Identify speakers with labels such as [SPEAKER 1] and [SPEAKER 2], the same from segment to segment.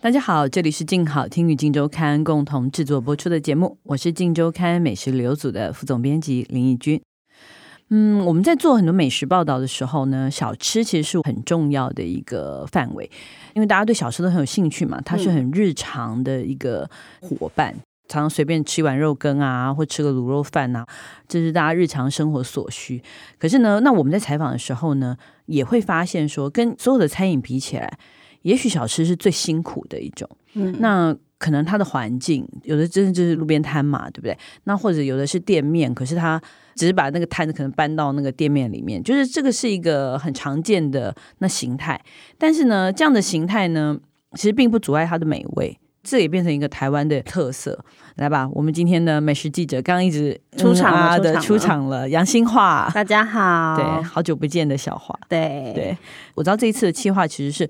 [SPEAKER 1] 大家好，这里是静好听与静周刊共同制作播出的节目，我是静周刊美食旅游组的副总编辑林义君。嗯，我们在做很多美食报道的时候呢，小吃其实是很重要的一个范围，因为大家对小吃都很有兴趣嘛，它是很日常的一个伙伴，常常随便吃一碗肉羹啊，或吃个卤肉饭啊，这是大家日常生活所需。可是呢，那我们在采访的时候呢，也会发现说，跟所有的餐饮比起来，也许小吃是最辛苦的一种。
[SPEAKER 2] 嗯
[SPEAKER 1] 那可能它的环境，有的真的就是路边摊嘛，对不对？那或者有的是店面，可是它只是把那个摊子可能搬到那个店面里面，就是这个是一个很常见的那形态。但是呢，这样的形态呢，其实并不阻碍它的美味。这也变成一个台湾的特色，来吧！我们今天的美食记者刚刚一直
[SPEAKER 2] 出场了
[SPEAKER 1] 啊的出
[SPEAKER 2] 出场了
[SPEAKER 1] 场了，杨新华，
[SPEAKER 2] 大家好，
[SPEAKER 1] 对，好久不见的小华，
[SPEAKER 2] 对
[SPEAKER 1] 对我知道这一次的企划其实是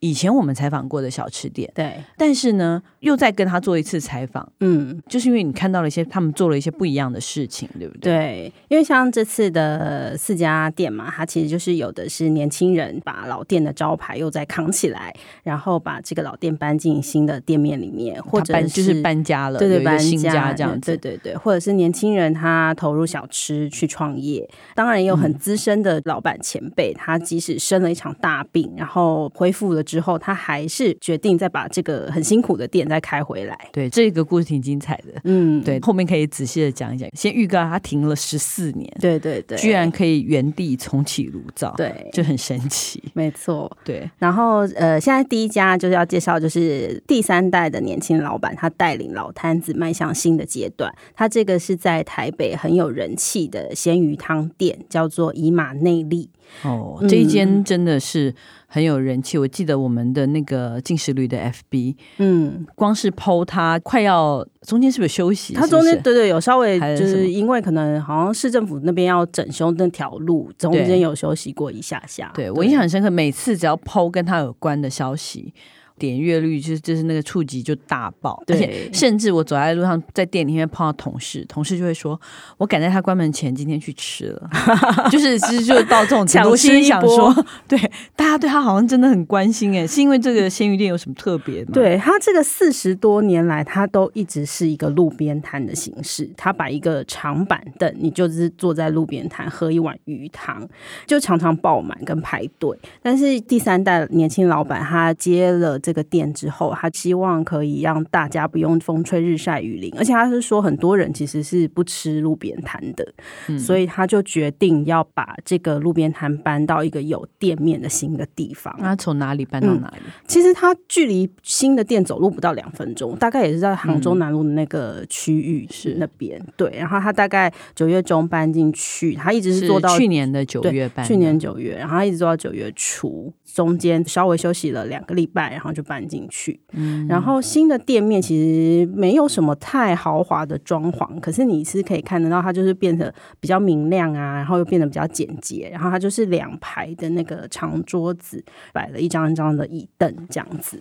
[SPEAKER 1] 以前我们采访过的小吃店，
[SPEAKER 2] 对
[SPEAKER 1] 但是呢，又再跟他做一次采访，
[SPEAKER 2] 嗯，
[SPEAKER 1] 就是因为你看到了一些他们做了一些不一样的事情，对不对？
[SPEAKER 2] 对，因为像这次的四家店嘛，它其实就是有的是年轻人把老店的招牌又再扛起来，然后把这个老店搬进新的店面里面，或
[SPEAKER 1] 他
[SPEAKER 2] 者
[SPEAKER 1] 搬就是搬家了，
[SPEAKER 2] 对
[SPEAKER 1] 有
[SPEAKER 2] 对
[SPEAKER 1] 一个
[SPEAKER 2] 搬
[SPEAKER 1] 新
[SPEAKER 2] 家
[SPEAKER 1] 这样子。
[SPEAKER 2] 对对对，或者是年轻人他投入小吃去创业，当然也有很资深的老板前辈，他即使生了一场大病，然后恢复了之后，他还是决定再把这个很辛苦的店再开回来。
[SPEAKER 1] 对，这个故事挺精彩的。
[SPEAKER 2] 嗯，
[SPEAKER 1] 对，后面可以仔细的讲一讲。先预告他停了十四年，
[SPEAKER 2] 对对对，
[SPEAKER 1] 居然可以原地重启炉灶，，
[SPEAKER 2] 对，
[SPEAKER 1] 就很神奇。
[SPEAKER 2] 没错。
[SPEAKER 1] 对，
[SPEAKER 2] 然后呃，现在第一家就是要介绍，就是第三代的年轻老板，他带领老摊子迈向新的阶段。他这个是在台北很有人气的鲜鱼汤店，叫做以马内利。
[SPEAKER 1] 哦，
[SPEAKER 2] 嗯
[SPEAKER 1] 这一间真的是很有人气。我记得我们的那个进食率的 FB，
[SPEAKER 2] 嗯，
[SPEAKER 1] 光是剖它快要中间是不是休息？
[SPEAKER 2] 他
[SPEAKER 1] 是不
[SPEAKER 2] 中
[SPEAKER 1] 是
[SPEAKER 2] 间对对有稍微
[SPEAKER 1] 还有
[SPEAKER 2] 就
[SPEAKER 1] 什么
[SPEAKER 2] 是因为可能好像市政府那边要整修那条路，中
[SPEAKER 1] 对
[SPEAKER 2] 间有休息过一下下。
[SPEAKER 1] 对我印象很深刻，每次只要剖跟他有关的消息，点阅率就是就是那个触及就大爆，而且
[SPEAKER 2] 对
[SPEAKER 1] 甚至我走在路上，在店里面碰到同事，同事就会说：“我赶在他关门前今天去吃了。” 就是其实就到这种程度，
[SPEAKER 2] 抢吃
[SPEAKER 1] 心里
[SPEAKER 2] 一
[SPEAKER 1] 想
[SPEAKER 2] 波
[SPEAKER 1] 说， 对大家对他好像真的很关心哎，是因为这个鲜鱼店有什么特别吗？，
[SPEAKER 2] 对他这个四十多年来，他都一直是一个路边摊的形式。他摆一个长板凳，你就是坐在路边摊喝一碗鱼汤，就常常爆满跟排队。但是第三代年轻老板他接了这个店之后，他希望可以让大家不用风吹日晒雨淋，而且他是说很多人其实是不吃路边摊的，
[SPEAKER 1] 嗯
[SPEAKER 2] 所以他就决定要把这个路边摊搬到一个有店面的新的地方。
[SPEAKER 1] 那他从哪里搬
[SPEAKER 2] 嗯
[SPEAKER 1] 到哪里？
[SPEAKER 2] 其实它距离新的店走路不到两分钟，大概也是在杭州南路的那个区域
[SPEAKER 1] 嗯是
[SPEAKER 2] 那边。对，然后它大概九月中搬进去，它一直是做到
[SPEAKER 1] 去年的九
[SPEAKER 2] 对
[SPEAKER 1] 月半，
[SPEAKER 2] 去年九月，然后它一直做到九月初，中间稍微休息了两个礼拜，然后就搬进去。
[SPEAKER 1] 嗯
[SPEAKER 2] 然后新的店面其实没有什么太豪华的装潢，可是你是可以看得到，它就是变得比较明亮啊，然后又变得比较简洁，然后它就是两排的那个长桌子，摆了一张一张的椅凳这样子。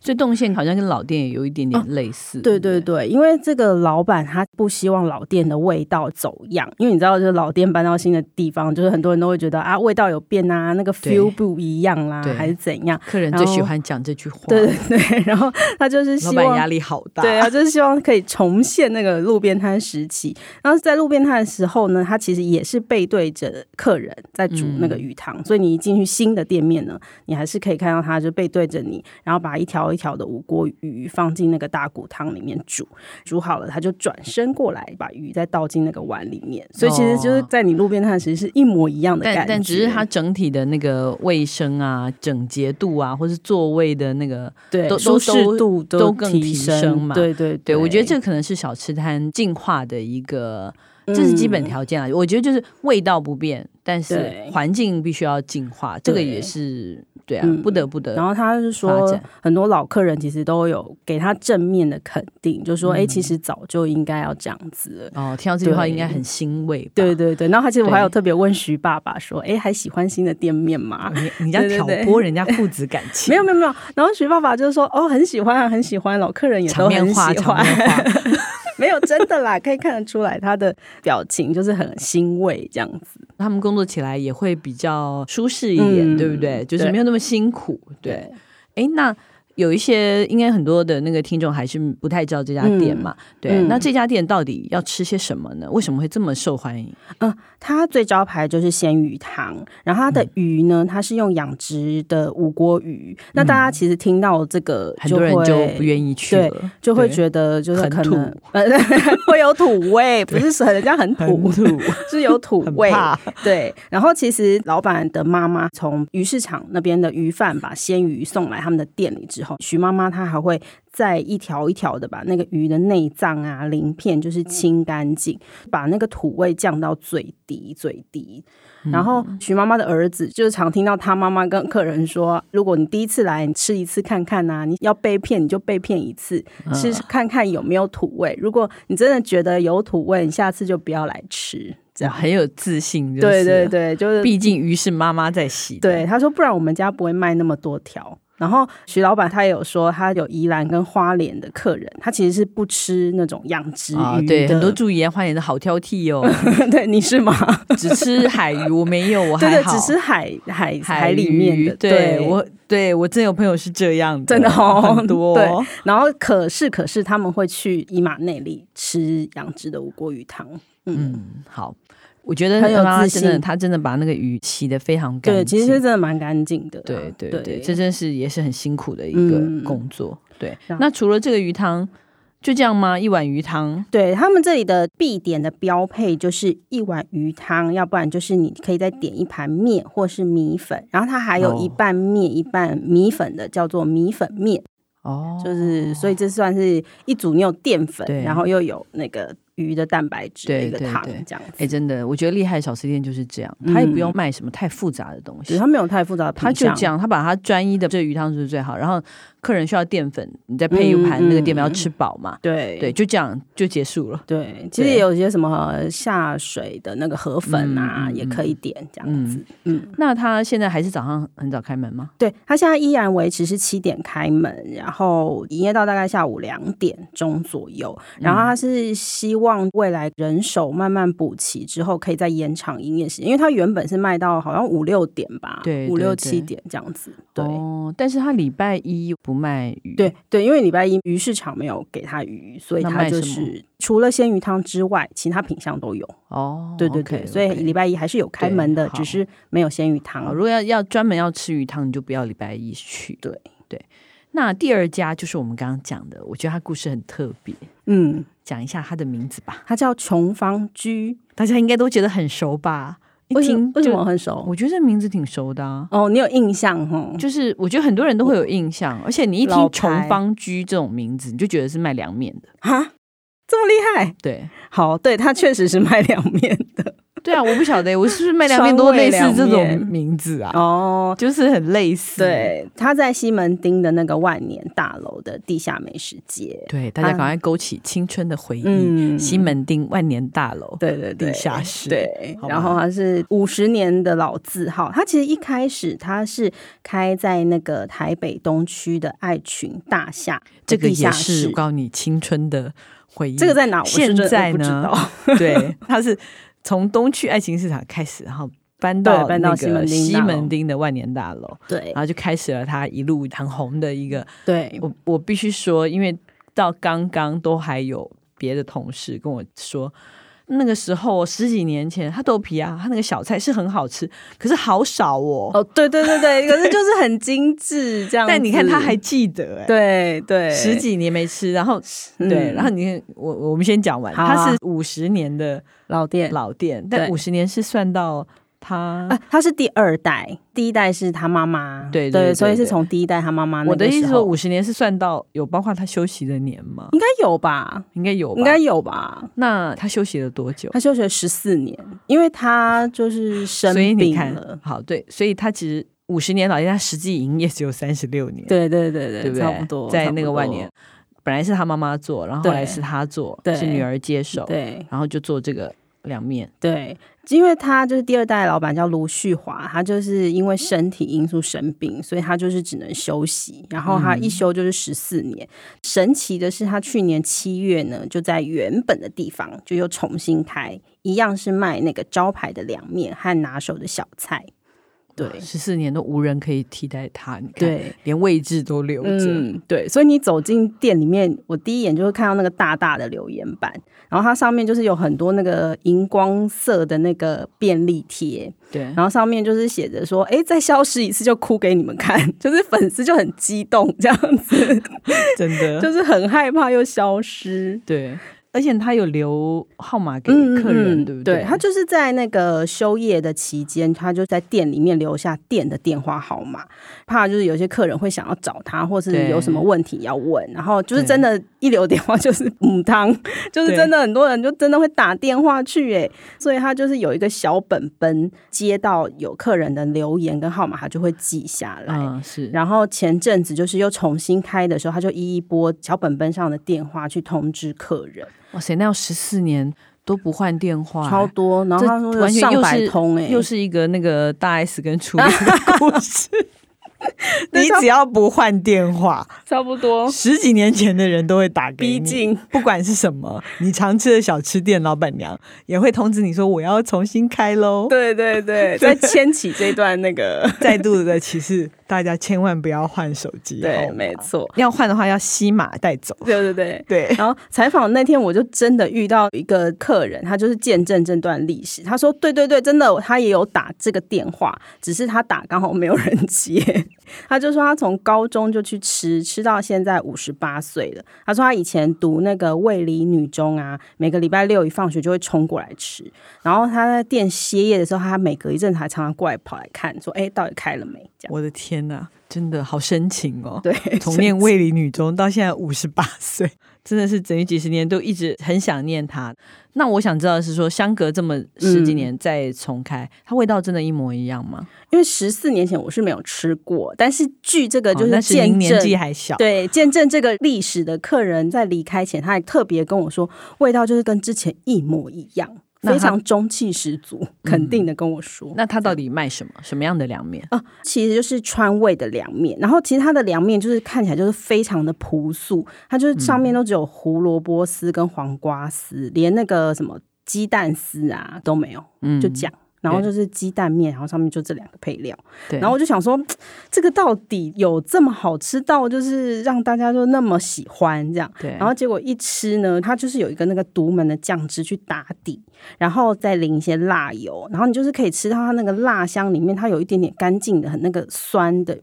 [SPEAKER 1] 所以动线好像跟老店也有一点点
[SPEAKER 2] 哦
[SPEAKER 1] 类似。
[SPEAKER 2] 对
[SPEAKER 1] 不
[SPEAKER 2] 对对，因为这个老板他不希望老店的味道走样，因为你知道，就是老店搬到新的地方，就是很多人都会觉得啊，味道有变啊，那个
[SPEAKER 1] 对
[SPEAKER 2] feel 不一样啦
[SPEAKER 1] 对，
[SPEAKER 2] 还是怎样？
[SPEAKER 1] 客人
[SPEAKER 2] 然
[SPEAKER 1] 最
[SPEAKER 2] 后
[SPEAKER 1] 喜欢讲这句话，
[SPEAKER 2] 对对对，然后他就是
[SPEAKER 1] 老
[SPEAKER 2] 希
[SPEAKER 1] 板压
[SPEAKER 2] 望。
[SPEAKER 1] 力好大。
[SPEAKER 2] 对啊，就是希望可以重现那个路边摊时期。然后在路边摊的时候呢，他其实也是背对着客人在煮那
[SPEAKER 1] 嗯
[SPEAKER 2] 个鱼汤，所以你一进去新的店面呢，你还是可以看到他就背对着你，然后把一条一条的五锅鱼放进那个大骨汤里面煮。煮好了，他就转身过来把鱼再倒进那个碗里面，所以其实就是在你路边摊其实是一模一样的感觉，
[SPEAKER 1] 哦但但只是它整体的那个卫生啊、整洁度啊，或是座位的那个，
[SPEAKER 2] 对
[SPEAKER 1] 都
[SPEAKER 2] 舒适
[SPEAKER 1] 都
[SPEAKER 2] 度
[SPEAKER 1] 都
[SPEAKER 2] 都
[SPEAKER 1] 更提
[SPEAKER 2] 提
[SPEAKER 1] 升嘛
[SPEAKER 2] 对对
[SPEAKER 1] 对
[SPEAKER 2] 对
[SPEAKER 1] 我觉得这可能是小吃摊进化的一个，这是基本
[SPEAKER 2] 嗯
[SPEAKER 1] 条件啊。我觉得就是味道不变，但是
[SPEAKER 2] 对
[SPEAKER 1] 环境必须要进化，这个
[SPEAKER 2] 对
[SPEAKER 1] 也是对啊，
[SPEAKER 2] 嗯
[SPEAKER 1] 不得不得。
[SPEAKER 2] 然后他是
[SPEAKER 1] 发
[SPEAKER 2] 说
[SPEAKER 1] 展，
[SPEAKER 2] 很多老客人其实都有给他正面的肯定，就说：“哎、
[SPEAKER 1] 嗯
[SPEAKER 2] 其实早就应该要这样子了。
[SPEAKER 1] 哦，听到这句话
[SPEAKER 2] 对
[SPEAKER 1] 应该很欣慰吧？
[SPEAKER 2] 对对对，然后他其实我还有
[SPEAKER 1] 对
[SPEAKER 2] 特别问徐爸爸说：“哎，还喜欢新的店面吗
[SPEAKER 1] 哦，你你这样
[SPEAKER 2] 对对
[SPEAKER 1] 挑
[SPEAKER 2] 对
[SPEAKER 1] 拨人家父子感？”情，
[SPEAKER 2] 没有没有没有，然后徐爸爸就说：“哦，很喜欢啊，很喜欢，老客人也
[SPEAKER 1] 场
[SPEAKER 2] 都
[SPEAKER 1] 面
[SPEAKER 2] 很
[SPEAKER 1] 话，
[SPEAKER 2] 喜
[SPEAKER 1] 场
[SPEAKER 2] 欢。
[SPEAKER 1] 面话。
[SPEAKER 2] 没有真的啦，可以看得出来他的表情就是很欣慰这样子。
[SPEAKER 1] 他们工作起来也会比较舒适一点，
[SPEAKER 2] 嗯
[SPEAKER 1] 对不对？就是
[SPEAKER 2] 对
[SPEAKER 1] 没有那么辛苦。对，，哎，那有一些应该很多的那个听众还是不太知道这家店嘛？对，
[SPEAKER 2] 嗯
[SPEAKER 1] 那这家店到底要吃些什么呢？为什么会这么受欢迎？
[SPEAKER 2] 它最招牌就是鲜鱼汤，然后它
[SPEAKER 1] 嗯
[SPEAKER 2] 的鱼呢，它是用养殖的五锅鱼。那大家其实听到这个，
[SPEAKER 1] 嗯很多人就不
[SPEAKER 2] 意，
[SPEAKER 1] 愿意去了，
[SPEAKER 2] 就会
[SPEAKER 1] 对
[SPEAKER 2] 觉得就是
[SPEAKER 1] 很
[SPEAKER 2] 可
[SPEAKER 1] 土
[SPEAKER 2] 能呃 会有土味，不是说人家很土
[SPEAKER 1] 很，土，
[SPEAKER 2] 是有土
[SPEAKER 1] 很
[SPEAKER 2] 味。
[SPEAKER 1] 怕。
[SPEAKER 2] 对，然后其实老板的妈妈从鱼市场那边的鱼贩把鲜鱼送来他们的店里之后，徐妈妈她还会再一条一条的把那个鱼的内脏啊、鳞片就是清干净，把那个土味降到最低最低。
[SPEAKER 1] 嗯
[SPEAKER 2] 然后徐妈妈的儿子就是常听到他妈妈跟客人说：“如果你第一次来，你吃一次看看呐、你要被骗你就被骗一次，
[SPEAKER 1] 嗯
[SPEAKER 2] 吃吃看看有没有土味。如果你真的觉得有土味，你下次就不要来吃。”这
[SPEAKER 1] 我
[SPEAKER 2] 样。
[SPEAKER 1] 很有自信，就是啊
[SPEAKER 2] 对对
[SPEAKER 1] 了，
[SPEAKER 2] 对，就是
[SPEAKER 1] 毕竟鱼是妈妈在洗的，
[SPEAKER 2] 对，他说不然我们家不会卖那么多条。然后徐老板他也有说，他有宜兰跟花莲的客人，他其实是不吃那种养殖鱼的。
[SPEAKER 1] 啊，对， 很多驻颜花园的好挑剔哦，
[SPEAKER 2] 对，你是吗？
[SPEAKER 1] 只吃海鱼，我没 有，我
[SPEAKER 2] 对
[SPEAKER 1] 还
[SPEAKER 2] 对，
[SPEAKER 1] 好，
[SPEAKER 2] 只是海海
[SPEAKER 1] 海
[SPEAKER 2] 里
[SPEAKER 1] 鱼
[SPEAKER 2] 面的。
[SPEAKER 1] 对我，对我真有朋友是这样的，
[SPEAKER 2] 真的哦
[SPEAKER 1] 很 多哦，
[SPEAKER 2] 然后可是可是他们会去伊马内里吃养殖的五锅鱼汤。嗯，
[SPEAKER 1] 嗯，好。我觉得
[SPEAKER 2] 很有
[SPEAKER 1] 他
[SPEAKER 2] 自
[SPEAKER 1] 真的，
[SPEAKER 2] 信
[SPEAKER 1] 他真的把那个鱼洗得非常干净。
[SPEAKER 2] 对，其实是真的蛮干净的啦。
[SPEAKER 1] 对对对，
[SPEAKER 2] 对，
[SPEAKER 1] 这真是也是很辛苦的一个
[SPEAKER 2] 嗯啊
[SPEAKER 1] 工作。对，
[SPEAKER 2] 然后
[SPEAKER 1] 那除了这个鱼汤，就这样吗？一碗鱼汤，
[SPEAKER 2] 对他们这里的必点的标配就是一碗鱼汤，要不然就是你可以再点一盘面或是米粉，然后它还有
[SPEAKER 1] 哦
[SPEAKER 2] 一半面、一半米粉的叫做米粉面，
[SPEAKER 1] 哦
[SPEAKER 2] 就是所以这算是一组你有淀粉
[SPEAKER 1] 对，
[SPEAKER 2] 然后又有那个鱼的蛋白质的
[SPEAKER 1] 对
[SPEAKER 2] 一个
[SPEAKER 1] 对
[SPEAKER 2] 汤
[SPEAKER 1] 对
[SPEAKER 2] 这样
[SPEAKER 1] 哎，
[SPEAKER 2] 子。
[SPEAKER 1] 真的，我觉得厉害的小吃店就是这样，
[SPEAKER 2] 嗯
[SPEAKER 1] 他也不用卖什么太复杂的东
[SPEAKER 2] 对，
[SPEAKER 1] 西，
[SPEAKER 2] 它没有太复杂的品
[SPEAKER 1] 他就
[SPEAKER 2] 相
[SPEAKER 1] 这样，他把他专一的这个鱼汤就是最好，然后客人需要淀粉，你再配一盘
[SPEAKER 2] 嗯
[SPEAKER 1] 那个淀粉
[SPEAKER 2] 嗯
[SPEAKER 1] 要吃饱嘛，
[SPEAKER 2] 对
[SPEAKER 1] 对，就这样就结束了。
[SPEAKER 2] 对，其实
[SPEAKER 1] 对
[SPEAKER 2] 也有一些什么下水的那个河粉啊，
[SPEAKER 1] 嗯嗯
[SPEAKER 2] 也可以点这样子。嗯
[SPEAKER 1] 那他现在还是早上很早开门吗？
[SPEAKER 2] 对，它现在依然维持是七点开门，然后营业到大概下午两点钟左右。然
[SPEAKER 1] 嗯
[SPEAKER 2] 后它是希望未来人手慢慢补齐之后，可以再延长营业时间，因为它原本是卖到好像五六点吧，
[SPEAKER 1] 对
[SPEAKER 2] 五
[SPEAKER 1] 对
[SPEAKER 2] 六
[SPEAKER 1] 对
[SPEAKER 2] 七点这样子。对、
[SPEAKER 1] 哦，但是他礼拜一不卖鱼，
[SPEAKER 2] 对对，因为礼拜一鱼市场没有给它鱼，所以
[SPEAKER 1] 那
[SPEAKER 2] 它
[SPEAKER 1] 卖
[SPEAKER 2] 就
[SPEAKER 1] 什么
[SPEAKER 2] 是除了鲜鱼汤之外，其他品相都有。
[SPEAKER 1] 哦，
[SPEAKER 2] 对对
[SPEAKER 1] OK，
[SPEAKER 2] 对所以
[SPEAKER 1] OK
[SPEAKER 2] 礼拜一还是有开
[SPEAKER 1] 对
[SPEAKER 2] 门的，
[SPEAKER 1] 好
[SPEAKER 2] 只是没有鲜鱼
[SPEAKER 1] 好，
[SPEAKER 2] 汤
[SPEAKER 1] 如。果要要专门要吃鱼汤，你就不要礼拜一去。
[SPEAKER 2] 对
[SPEAKER 1] 对，那第二家就是我们刚刚讲的，我觉得它故事很特别，
[SPEAKER 2] 嗯，
[SPEAKER 1] 讲一下它的名字吧，
[SPEAKER 2] 它叫琼芳居，
[SPEAKER 1] 大家应该都觉得很熟吧？一
[SPEAKER 2] 为什么
[SPEAKER 1] 听
[SPEAKER 2] 为什
[SPEAKER 1] 就
[SPEAKER 2] 么很熟？
[SPEAKER 1] 我觉得这名字挺熟的、啊。
[SPEAKER 2] 哦，你有印象哦？
[SPEAKER 1] 就是我觉得很多人都会有印象，而且你一
[SPEAKER 2] 老
[SPEAKER 1] 听“
[SPEAKER 2] 牌
[SPEAKER 1] 重方居”这种名字，你就觉得是卖凉面的。
[SPEAKER 2] 哈，这么厉害？
[SPEAKER 1] 对，
[SPEAKER 2] 好，对，它确实是卖凉面的
[SPEAKER 1] 对啊，我不晓得我是不是卖 凉面都类似这
[SPEAKER 2] 川味凉
[SPEAKER 1] 种
[SPEAKER 2] 面
[SPEAKER 1] 名字 啊，
[SPEAKER 2] 哦。
[SPEAKER 1] 就是很类似。
[SPEAKER 2] 对，它在西门町的那个万年大楼的地下美食街。
[SPEAKER 1] 对，大家赶快勾起青春的回忆，
[SPEAKER 2] 嗯
[SPEAKER 1] 西门町万年大楼。
[SPEAKER 2] 对对对，
[SPEAKER 1] 地下室
[SPEAKER 2] 对
[SPEAKER 1] 好，吧
[SPEAKER 2] 然后它是五十年的老字号。它其实一开始它是开在那个台北东区的爱群大厦
[SPEAKER 1] 这
[SPEAKER 2] 的
[SPEAKER 1] 个
[SPEAKER 2] 地
[SPEAKER 1] 也
[SPEAKER 2] 下
[SPEAKER 1] 是
[SPEAKER 2] 室，
[SPEAKER 1] 我告诉你青春的回忆。
[SPEAKER 2] 这个在哪？我是
[SPEAKER 1] 现
[SPEAKER 2] 真的
[SPEAKER 1] 在
[SPEAKER 2] 不知
[SPEAKER 1] 呢
[SPEAKER 2] 道。
[SPEAKER 1] 对，它是从东区爱情市场开始，然后搬
[SPEAKER 2] 对
[SPEAKER 1] 到
[SPEAKER 2] 搬
[SPEAKER 1] 那个
[SPEAKER 2] 到西门町
[SPEAKER 1] 西
[SPEAKER 2] 大楼
[SPEAKER 1] 门町的万年大楼，
[SPEAKER 2] 对
[SPEAKER 1] 然后就开始了它一路很红的一个。
[SPEAKER 2] 对，
[SPEAKER 1] 我我必须说，因为到刚刚都还有别的同事跟我说。那个时候十几年前，它豆皮啊，它那个小菜是很好吃，可是好少哦。
[SPEAKER 2] 哦，对对对对，可是就是很精致这样子。
[SPEAKER 1] 但你看他还记得、哎，
[SPEAKER 2] 对对
[SPEAKER 1] 十几年没吃，然后
[SPEAKER 2] 嗯
[SPEAKER 1] 对，然后你我我们先讲完，
[SPEAKER 2] 好啊
[SPEAKER 1] 它是五十年的
[SPEAKER 2] 老店
[SPEAKER 1] 老店，但
[SPEAKER 2] 对
[SPEAKER 1] 五十年是算到它。
[SPEAKER 2] 啊，他是第二代，第一代是他妈妈，
[SPEAKER 1] 对对
[SPEAKER 2] 对
[SPEAKER 1] 对
[SPEAKER 2] 所以
[SPEAKER 1] 对
[SPEAKER 2] 是从第一代他妈啊妈那
[SPEAKER 1] 我的
[SPEAKER 2] 个
[SPEAKER 1] 意思
[SPEAKER 2] 时
[SPEAKER 1] 说，
[SPEAKER 2] 候
[SPEAKER 1] 五十年是算到有包括他休息的年吗？
[SPEAKER 2] 应该有吧，
[SPEAKER 1] 应该有吧，
[SPEAKER 2] 应该有吧。
[SPEAKER 1] 那他休息了多久？
[SPEAKER 2] 他休学十四年，因为他就是生
[SPEAKER 1] 所以你
[SPEAKER 2] 病
[SPEAKER 1] 看
[SPEAKER 2] 了，，
[SPEAKER 1] 好对，所以他其实五十年老店，它实际营业只有三十六年，
[SPEAKER 2] 对对对对，
[SPEAKER 1] 对不对？
[SPEAKER 2] 差不多，
[SPEAKER 1] 在
[SPEAKER 2] 差
[SPEAKER 1] 那
[SPEAKER 2] 不
[SPEAKER 1] 个万
[SPEAKER 2] 多
[SPEAKER 1] 年，，本来是他妈妈做，然后后
[SPEAKER 2] 对
[SPEAKER 1] 来是他做，
[SPEAKER 2] 对
[SPEAKER 1] 是女儿接手，
[SPEAKER 2] 对
[SPEAKER 1] 然后就做这个凉面。
[SPEAKER 2] 对，因为他就是第二代老板叫卢旭华，他就是因为身体因素生病，所以他就是只能休息，然后他一休就是十四年。神奇的是，他去年七月呢，就在原本的地方就又重新开，一样是卖那个招牌的凉面和拿手的小菜。对
[SPEAKER 1] 十四年都无人可以替代他，你看，
[SPEAKER 2] 对，
[SPEAKER 1] 连位置都留着。
[SPEAKER 2] 嗯，对，所以你走进店里面，我第一眼就会看到那个大大的留言板，然后它上面就是有很多那个荧光色的那个便利贴，
[SPEAKER 1] 对，
[SPEAKER 2] 然后上面就是写着说，哎，再消失一次就哭给你们看， 就是粉丝就很激动这样子，
[SPEAKER 1] 真的
[SPEAKER 2] 就是很害怕又消失。
[SPEAKER 1] 对，而且他有留号码给客人，对不
[SPEAKER 2] 嗯对？
[SPEAKER 1] 对
[SPEAKER 2] 他就是在那个休业的期间，他就在店里面留下店的电话号码，怕就是有些客人会想要找他，或是
[SPEAKER 1] 对
[SPEAKER 2] 有什么问题要问。然后就是
[SPEAKER 1] 对
[SPEAKER 2] 真的，一留电话 就是母汤，就是
[SPEAKER 1] 对
[SPEAKER 2] 真的很多人就真的会打电话去哎，所以他就是有一个小本本，接到有客人的留言跟号码，他就会记下来。
[SPEAKER 1] 嗯，是，
[SPEAKER 2] 然后前阵子就是又重新开的时候，他就一一拨小本本上的电话去通知客人。
[SPEAKER 1] 哇塞，那要十四年都不换电话，
[SPEAKER 2] 超多，然后
[SPEAKER 1] 这
[SPEAKER 2] 他说有
[SPEAKER 1] 完全
[SPEAKER 2] 上
[SPEAKER 1] 又
[SPEAKER 2] 百
[SPEAKER 1] 是
[SPEAKER 2] 通哎、
[SPEAKER 1] 又是一个那个大 S 跟楚瑜 的故事。你只要不换电话，
[SPEAKER 2] 差不多。
[SPEAKER 1] 十几年前的人都会打给你，
[SPEAKER 2] 逼近
[SPEAKER 1] 不管是什么，你常吃的小吃店老板娘也会通知你说我要重新开喽。
[SPEAKER 2] 对对 对，在牵起这段那个，
[SPEAKER 1] 再度的提示大家千万不要换手机，
[SPEAKER 2] 对
[SPEAKER 1] 好，吗
[SPEAKER 2] 没错，
[SPEAKER 1] 要换的话要吸码带走。
[SPEAKER 2] 对对对。
[SPEAKER 1] 对，
[SPEAKER 2] 然后采访那天，我就真的遇到一个客人，他就是见证这段历史。他说：“对对对，真的，他也有打这个电话，只是他打刚好没有人接。”他就说他从高中就去吃，吃到现在五十八岁了。他说他以前读那个卫理女中啊，每个礼拜六一放学就会冲过来吃。然后他在店歇业的时候，他每隔一阵子还常常过来跑来看，说：“哎，到底开了没？”这样。
[SPEAKER 1] 我的天哪，真的好深情哦。
[SPEAKER 2] 对，
[SPEAKER 1] 从念卫理女中到现在五十八岁， 真的是整于几十年都一直很想念她。那我想知道的是说，相隔这么十几
[SPEAKER 2] 嗯
[SPEAKER 1] 年再重开，它味道真的一模一样吗？
[SPEAKER 2] 因为十四年前我是没有吃过，但是据这个就
[SPEAKER 1] 哦
[SPEAKER 2] 是
[SPEAKER 1] 那是您
[SPEAKER 2] 见
[SPEAKER 1] 年
[SPEAKER 2] 证，
[SPEAKER 1] 纪还小，
[SPEAKER 2] 对，见证这个历史的客人在离开前，他还特别跟我说，味道就是跟之前一模一样，
[SPEAKER 1] 那他嗯
[SPEAKER 2] 非常中气十足，肯定的跟我说。
[SPEAKER 1] 那它到底卖什么？什么样的凉面？
[SPEAKER 2] 啊，其实就是川味的凉面，然后其实它的凉面就是看起来就是非常的朴素，它就是上面都只有胡萝卜丝跟黄瓜丝，连那个什么鸡蛋丝啊都没有，
[SPEAKER 1] 嗯
[SPEAKER 2] 就酱，然后
[SPEAKER 1] 对
[SPEAKER 2] 就是鸡蛋面，然后上面就这两个配料。
[SPEAKER 1] 嗯对，
[SPEAKER 2] 然后我就想说，嘖这个到底有这么好吃到就是让大家就那么喜欢这样？
[SPEAKER 1] 对，
[SPEAKER 2] 然后结果一吃呢，它就是有一个那个独门的酱汁去打底，然后再淋一些辣油，然后你就是可以吃到它那个辣香里面，它有一点点干净的很那个酸的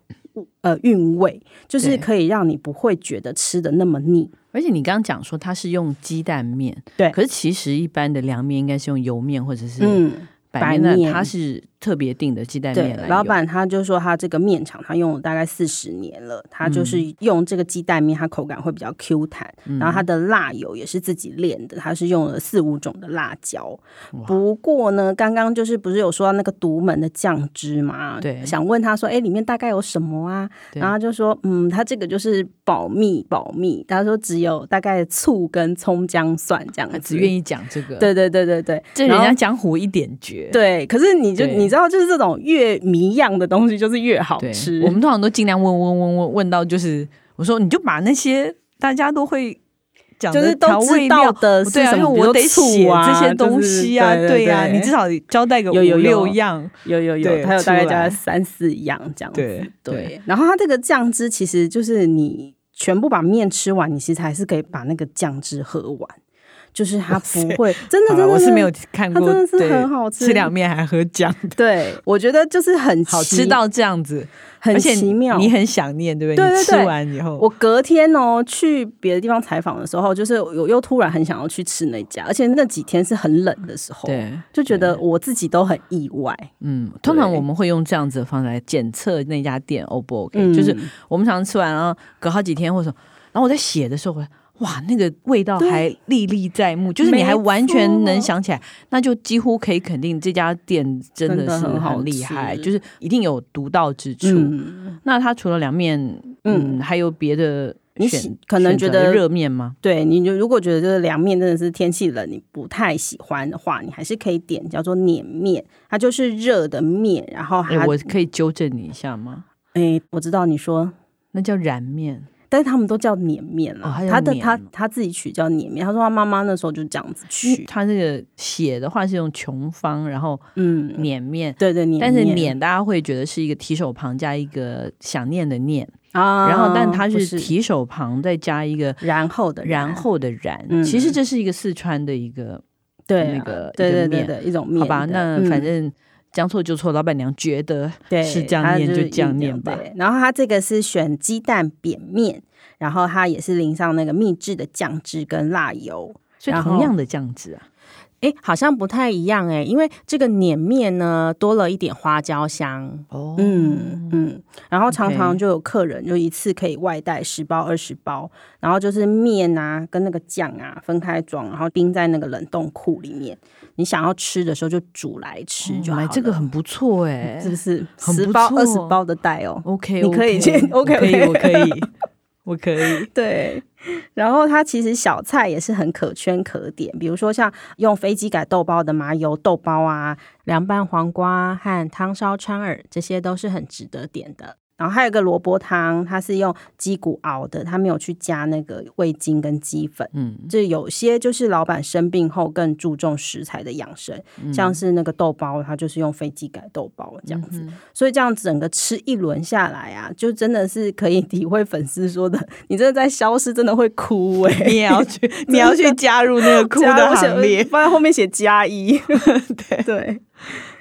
[SPEAKER 2] 呃韵味，就是
[SPEAKER 1] 对
[SPEAKER 2] 可以让你不会觉得吃的那么腻。
[SPEAKER 1] 而且你刚刚讲说它是用鸡蛋面，
[SPEAKER 2] 对
[SPEAKER 1] 可是其实一般的凉面应该是用油面或者是
[SPEAKER 2] 嗯，
[SPEAKER 1] 白面，
[SPEAKER 2] 白面
[SPEAKER 1] 那它是特别定的鸡蛋
[SPEAKER 2] 对
[SPEAKER 1] 面，来用
[SPEAKER 2] 老板他就说他这个面厂他用了大概四十年了，他
[SPEAKER 1] 嗯
[SPEAKER 2] 就是用这个鸡蛋面，它口感会比较 Q 弹，然后它的辣油也是自己炼的，它是用了四五种的辣椒。不过呢，刚刚就是不是有说到那个独门的酱汁嘛？
[SPEAKER 1] 对
[SPEAKER 2] 想问他说，哎，里面大概有什么啊？
[SPEAKER 1] 对
[SPEAKER 2] 然后他就说，嗯，他这个就是保密保密，他说只有大概醋跟葱姜蒜这样
[SPEAKER 1] 他
[SPEAKER 2] 子，
[SPEAKER 1] 只愿
[SPEAKER 2] 意。
[SPEAKER 1] 意讲这个，，
[SPEAKER 2] 对对对对对，
[SPEAKER 1] 这人
[SPEAKER 2] 然后
[SPEAKER 1] 家江湖一点绝，
[SPEAKER 2] 对，可是你就
[SPEAKER 1] 对
[SPEAKER 2] 你知道，就是这种越迷样的东西，就是越好
[SPEAKER 1] 对，
[SPEAKER 2] 吃。
[SPEAKER 1] 我们通常都尽量问问问问问到就是，我说你就把那些大家都会讲
[SPEAKER 2] 就是
[SPEAKER 1] 的调
[SPEAKER 2] 都
[SPEAKER 1] 味
[SPEAKER 2] 知
[SPEAKER 1] 料
[SPEAKER 2] 道。的是
[SPEAKER 1] 对啊，
[SPEAKER 2] 什
[SPEAKER 1] 因为
[SPEAKER 2] 么，
[SPEAKER 1] 我得
[SPEAKER 2] 比
[SPEAKER 1] 写
[SPEAKER 2] 如说醋啊
[SPEAKER 1] 这些东西啊，
[SPEAKER 2] 就是
[SPEAKER 1] 对
[SPEAKER 2] 对
[SPEAKER 1] 啊，你至
[SPEAKER 2] 道
[SPEAKER 1] 少交代个五
[SPEAKER 2] 有有有
[SPEAKER 1] 六样，
[SPEAKER 2] 有有
[SPEAKER 1] 对
[SPEAKER 2] 有，它有大概
[SPEAKER 1] 出来
[SPEAKER 2] 大概三四样这样子。
[SPEAKER 1] 对对
[SPEAKER 2] 对，然后它这个酱汁其实就是你全部把面吃完，你其实还是可以把那个酱汁喝完，就是它不会真的
[SPEAKER 1] 好了
[SPEAKER 2] 真的
[SPEAKER 1] 我是没有
[SPEAKER 2] 真的
[SPEAKER 1] 看
[SPEAKER 2] 它
[SPEAKER 1] 过，
[SPEAKER 2] 真的是
[SPEAKER 1] 对
[SPEAKER 2] 很好吃
[SPEAKER 1] 吃凉面还喝酱，
[SPEAKER 2] 对，我觉得就是很
[SPEAKER 1] 好
[SPEAKER 2] 奇
[SPEAKER 1] 吃到这样子，
[SPEAKER 2] 很
[SPEAKER 1] 而且
[SPEAKER 2] 奇妙，
[SPEAKER 1] 你很想念，对不
[SPEAKER 2] 对对
[SPEAKER 1] 你吃
[SPEAKER 2] 对
[SPEAKER 1] 完以后，
[SPEAKER 2] 我隔天哦去别的地方采访的时候，就是有又突然很想要去吃那家，而且那几天是很冷的时候，
[SPEAKER 1] 对，
[SPEAKER 2] 就觉得我自己都很意外。
[SPEAKER 1] 嗯，通常
[SPEAKER 2] 对
[SPEAKER 1] 我们会用这样子的方式来检测那嗯家店 O 不 OK，、就是我们常常吃完，然后隔好几天或者什么，然后我在写的时候，我哇，那个味道
[SPEAKER 2] 对
[SPEAKER 1] 还历历在目，就是
[SPEAKER 2] 没
[SPEAKER 1] 你还完全能
[SPEAKER 2] 错
[SPEAKER 1] 想起来，那就几乎可以肯定这家店真
[SPEAKER 2] 真
[SPEAKER 1] 的
[SPEAKER 2] 的
[SPEAKER 1] 是
[SPEAKER 2] 很好
[SPEAKER 1] 很厉害，
[SPEAKER 2] 吃
[SPEAKER 1] 就是一定有独到之处。
[SPEAKER 2] 嗯，
[SPEAKER 1] 那它除了凉面，嗯，
[SPEAKER 2] 嗯
[SPEAKER 1] 还有别的
[SPEAKER 2] 你
[SPEAKER 1] 选
[SPEAKER 2] 喜可能
[SPEAKER 1] 选择
[SPEAKER 2] 觉得
[SPEAKER 1] 热面吗？
[SPEAKER 2] 对，你就如果觉得这个凉面真的是天气冷，你不太喜欢的话，你还是可以点叫做碾面，它就是热的面，然后
[SPEAKER 1] 哎、
[SPEAKER 2] 它，
[SPEAKER 1] 我可以纠正你一下吗？
[SPEAKER 2] 哎，我知道你说
[SPEAKER 1] 那叫燃面，
[SPEAKER 2] 但是他们都叫碾面
[SPEAKER 1] 哦
[SPEAKER 2] 啦，
[SPEAKER 1] 它叫
[SPEAKER 2] 他的
[SPEAKER 1] 碾
[SPEAKER 2] 他他自己取叫碾面。他说他妈妈那时候就这样子
[SPEAKER 1] 因为
[SPEAKER 2] 取，
[SPEAKER 1] 它这个写的话是用琼芳，然后
[SPEAKER 2] 嗯，
[SPEAKER 1] 碾面。
[SPEAKER 2] 对对碾面，
[SPEAKER 1] 但是碾大家会觉得是一个提手旁加一个想念的念，
[SPEAKER 2] 啊，
[SPEAKER 1] 然后但它
[SPEAKER 2] 不
[SPEAKER 1] 哦是啊提手旁再加一个
[SPEAKER 2] 然后的
[SPEAKER 1] 然后的然，
[SPEAKER 2] 嗯
[SPEAKER 1] 其实这是一个四川的一个
[SPEAKER 2] 对啊
[SPEAKER 1] 那个
[SPEAKER 2] 对对
[SPEAKER 1] 一个
[SPEAKER 2] 对
[SPEAKER 1] 面
[SPEAKER 2] 对一种面
[SPEAKER 1] 好
[SPEAKER 2] 的，
[SPEAKER 1] 吧，那
[SPEAKER 2] 嗯
[SPEAKER 1] 反正将错就错，老板娘觉得
[SPEAKER 2] 对
[SPEAKER 1] 是这样
[SPEAKER 2] 它
[SPEAKER 1] 念就是这样
[SPEAKER 2] 硬
[SPEAKER 1] 念
[SPEAKER 2] 讲
[SPEAKER 1] 吧
[SPEAKER 2] 对然后它这个是选鸡蛋扁面，然后它也是淋上那个秘制的酱汁跟辣油。
[SPEAKER 1] 所以
[SPEAKER 2] 然后
[SPEAKER 1] 同样的酱汁啊，
[SPEAKER 3] 哎，好像不太一样哎，因为这个碾面呢多了一点花椒香，
[SPEAKER 1] 哦，
[SPEAKER 2] 嗯嗯，然后常
[SPEAKER 1] OK
[SPEAKER 2] 常就有客人就一次可以外带十包二十包，然后就是面啊跟那个酱啊分开装，然后冰在那个冷冻库里面，你想要吃的时候就煮来吃就好
[SPEAKER 1] 嗯来这个
[SPEAKER 2] 了
[SPEAKER 1] 很不错哎、
[SPEAKER 2] 是不是
[SPEAKER 1] 很不
[SPEAKER 2] 十包
[SPEAKER 1] 错
[SPEAKER 2] 二十包的带哦？
[SPEAKER 1] OK，
[SPEAKER 2] 你可以去
[SPEAKER 1] OK，可以，
[SPEAKER 2] OK，OK
[SPEAKER 1] 我可 以，我可以。
[SPEAKER 2] 对，然后它其实小菜也是很可圈可点，比如说像用飞机改豆包的麻油豆包啊，
[SPEAKER 3] 凉拌黄瓜和汤烧川耳，这些都是很值得点的。
[SPEAKER 2] 然后还有一个萝卜汤，它是用鸡骨熬的，它没有去加那个味精跟鸡粉。
[SPEAKER 1] 嗯，
[SPEAKER 2] 这有些就是老板生病后更注重食材的养生，
[SPEAKER 1] 嗯
[SPEAKER 2] 像是那个豆包，它就是用飞机改豆包这样子。
[SPEAKER 1] 嗯
[SPEAKER 2] 所以这样整个吃一轮下来啊，就真的是可以体会粉丝说的，你真的在消失，真的会哭哎、
[SPEAKER 1] 你也 要去，你要去加入那个哭的行列。
[SPEAKER 2] 放在后面写加 一。对对，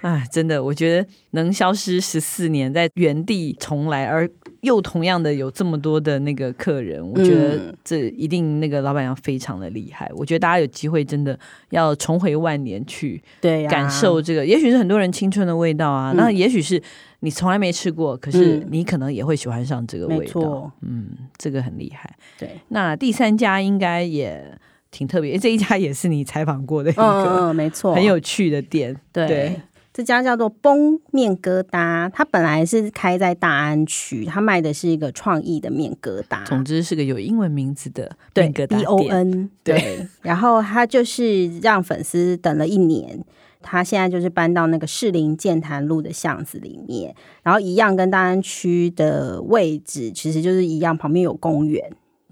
[SPEAKER 1] 哎，真的，我觉得能消失十四年，在原地重来，而又同样的有这么多的那个客人，我觉得
[SPEAKER 2] 嗯
[SPEAKER 1] 这一定那个老板娘非常的厉害。我觉得大家有机会真的要重回万年去
[SPEAKER 2] 对呀、
[SPEAKER 1] 感受这个，也许是很多人青春的味道啊，
[SPEAKER 2] 嗯
[SPEAKER 1] 那也许是你从来没吃过，可是
[SPEAKER 2] 嗯
[SPEAKER 1] 你可能也会喜欢上这个
[SPEAKER 2] 没
[SPEAKER 1] 味道
[SPEAKER 2] 错。
[SPEAKER 1] 嗯，这个很厉害。
[SPEAKER 2] 对，
[SPEAKER 1] 那第三家应该也挺特别，这一家也是你采访过的一
[SPEAKER 2] 嗯嗯
[SPEAKER 1] 个
[SPEAKER 2] 嗯，没错，
[SPEAKER 1] 很有趣的店。
[SPEAKER 2] 对。
[SPEAKER 1] 对
[SPEAKER 2] 这家叫做崩面疙瘩，它本来是开在大安区，它卖的是一个创意的面疙瘩，
[SPEAKER 1] 总之是个有英文名字的
[SPEAKER 2] 啊对
[SPEAKER 1] 面疙瘩
[SPEAKER 2] B O
[SPEAKER 1] 店
[SPEAKER 2] N
[SPEAKER 1] 对
[SPEAKER 2] 对，然后它就是让粉丝等了一年，它现在就是搬到那个士林建潭路的巷子里面，然后一样跟大安区的位置其实就是一样，旁边有公园，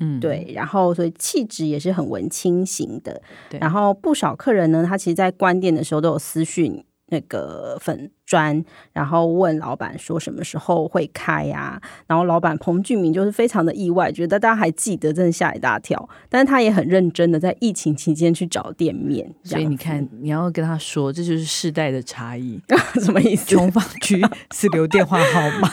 [SPEAKER 1] 嗯，
[SPEAKER 2] 对，然后所以气质也是很文青型的。
[SPEAKER 1] 对
[SPEAKER 2] 然后不少客人呢，他其实，在关店的时候都有私讯那个粉砖，然后问老板说什么时候会开呀、然后老板彭俊明就是非常的意外，觉得大家还记得，真的吓一大跳。但是他也很认真的在疫情期间去找店面，这
[SPEAKER 1] 所以
[SPEAKER 2] 样
[SPEAKER 1] 你
[SPEAKER 2] 子
[SPEAKER 1] 看，你要跟他说，这就是世代的差异。
[SPEAKER 2] 什么意思？
[SPEAKER 1] 琼芳区是留电话号 码，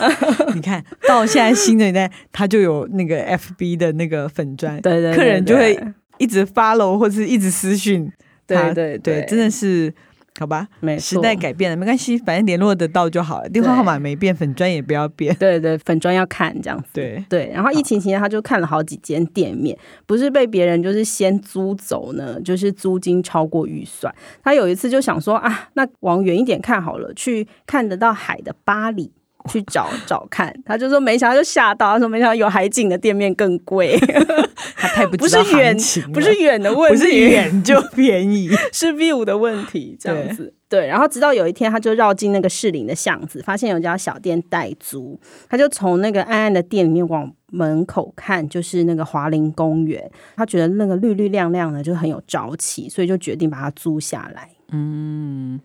[SPEAKER 1] 你看到现在新的一代，他就有那个 FB 的那个粉砖，
[SPEAKER 2] 对对对
[SPEAKER 1] 客人就
[SPEAKER 2] 对
[SPEAKER 1] 会一直 follow 或是一直私讯他，
[SPEAKER 2] 对对
[SPEAKER 1] 对，真的是好吧？
[SPEAKER 2] 没
[SPEAKER 1] 时
[SPEAKER 2] 错
[SPEAKER 1] 代改变了，没关系，反正联络得到就好了，电话号码没变，粉砖也不要变。
[SPEAKER 2] 对对，粉砖要看这样子。
[SPEAKER 1] 对，
[SPEAKER 2] 对，然后疫情期间他就看了好几间店面，不是被别人就是先租走呢，就是租金超过预算。他有一次就想说啊，那往远一点看好了，去看得到海的巴黎。去找找看，他就说没想到就吓到，他说没想到有海景的店面更贵，
[SPEAKER 1] 他太不
[SPEAKER 2] 不
[SPEAKER 1] 知
[SPEAKER 2] 是
[SPEAKER 1] 道行
[SPEAKER 2] 远
[SPEAKER 1] 情了，
[SPEAKER 2] 不是远的问
[SPEAKER 1] 不
[SPEAKER 2] 题，
[SPEAKER 1] 是远就便 宜，
[SPEAKER 2] 是 view 的问题，这样子。对，然后直到有一天，他就绕进那个士林的巷子，发现有一家小店代租，他就从那个暗暗的店里面往门口看，就是那个华林公园。他觉得那个绿绿亮亮的，就很有朝气，所以就决定把它租下来。
[SPEAKER 1] 嗯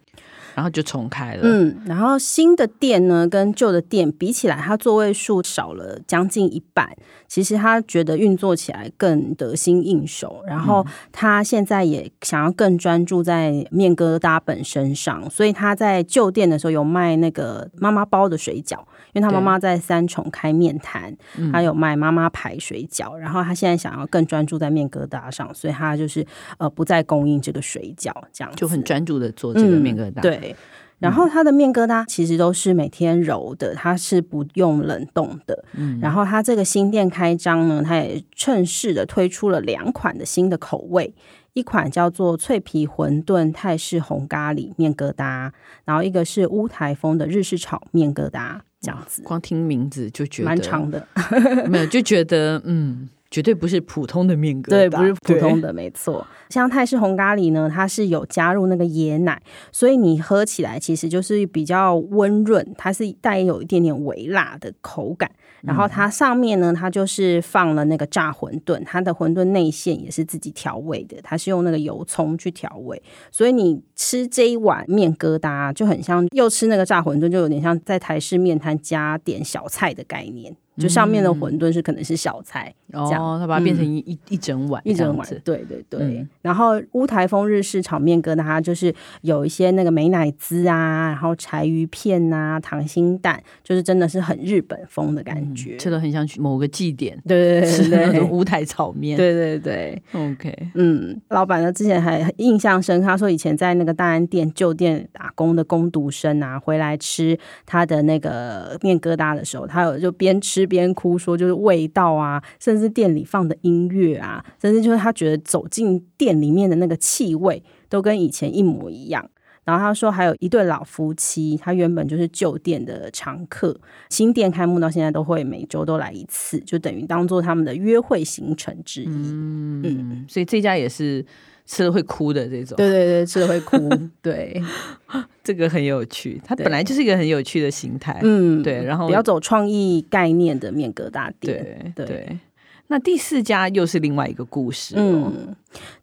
[SPEAKER 1] 然后就重开了。
[SPEAKER 2] 嗯，然后新的店呢，跟旧的店比起来，它座位数少了将近一半。其实他觉得运作起来更得心应手，然后他现在也想要更专注在面疙瘩本身上，所以他在旧店的时候有卖那个妈妈包的水饺，因为他妈妈在三重开面摊，他有卖妈妈牌水饺，然后他现在想要更专注在面疙瘩上，所以他就是呃不再供应这个水饺这样子，
[SPEAKER 1] 就很专注的做这个面疙瘩，
[SPEAKER 2] 嗯对。然后它的面疙瘩其实都是每天揉的，它是不用冷冻的。
[SPEAKER 1] 嗯
[SPEAKER 2] 然后它这个新店开张呢，它也趁势的推出了两款的新的口味，一款叫做脆皮馄饨泰式红咖喱面疙瘩，然后一个是乌台风的日式炒面疙瘩，这样子
[SPEAKER 1] 光听名字就觉得
[SPEAKER 2] 蛮长的，
[SPEAKER 1] 没有就觉得嗯，绝对不是普通的面疙瘩，
[SPEAKER 2] 对，不是普通
[SPEAKER 1] 对。
[SPEAKER 2] 的，没错。像泰式红咖喱呢，它是有加入那个椰奶，所以你喝起来其实就是比较温润，它是带有一点点微辣的口感。然后它上面呢，它就是放了那个炸馄饨，它的馄饨内馅也是自己调味的，它是用那个油葱去调味，所以你吃这一碗面疙瘩啊就很像又吃那个炸馄饨，就有点像在台式面摊加点小菜的概念，就上面的馄饨是可能是小菜，这样
[SPEAKER 1] 哦，他把它变成一、一一整碗，
[SPEAKER 2] 嗯一整碗
[SPEAKER 1] 子，。
[SPEAKER 2] 对对对。
[SPEAKER 1] 嗯
[SPEAKER 2] 然后乌台风日式炒面疙瘩，它就是有一些那个美乃滋啊，然后柴鱼片啊，溏心蛋，就是真的是很日本风的感觉。
[SPEAKER 1] 嗯吃的很像去某个祭典
[SPEAKER 2] 嗯对对
[SPEAKER 1] 吃
[SPEAKER 2] 对
[SPEAKER 1] 那
[SPEAKER 2] 对
[SPEAKER 1] 种
[SPEAKER 2] 对。
[SPEAKER 1] 乌台炒面。
[SPEAKER 2] 对对对，
[SPEAKER 1] ，OK，
[SPEAKER 2] 嗯，老板呢之前还印象深刻，他说以前在那个大安店旧店打工的工读生啊，回来吃他的那个面疙瘩的时候，他有就边吃边哭，说就是味道啊，甚至店里放的音乐啊，甚至就是他觉得走进店里面的那个气味都跟以前一模一样。然后他说，还有一对老夫妻，他原本就是旧店的常客，新店开幕到现在都会每周都来一次，就等于当做他们的约会行程之一。嗯
[SPEAKER 1] 嗯，所以这家也是吃了会哭的这种，
[SPEAKER 2] 对对对，吃了会哭。 对，
[SPEAKER 1] 这个很有趣，它
[SPEAKER 2] 对
[SPEAKER 1] 本来就是一个很有趣的形态。
[SPEAKER 2] 嗯
[SPEAKER 1] 哎对然后
[SPEAKER 2] 比较走创意概念的面疙瘩店。
[SPEAKER 1] 对
[SPEAKER 2] 对
[SPEAKER 1] 对。那第四家又是另外一个故事、哦，
[SPEAKER 2] 嗯，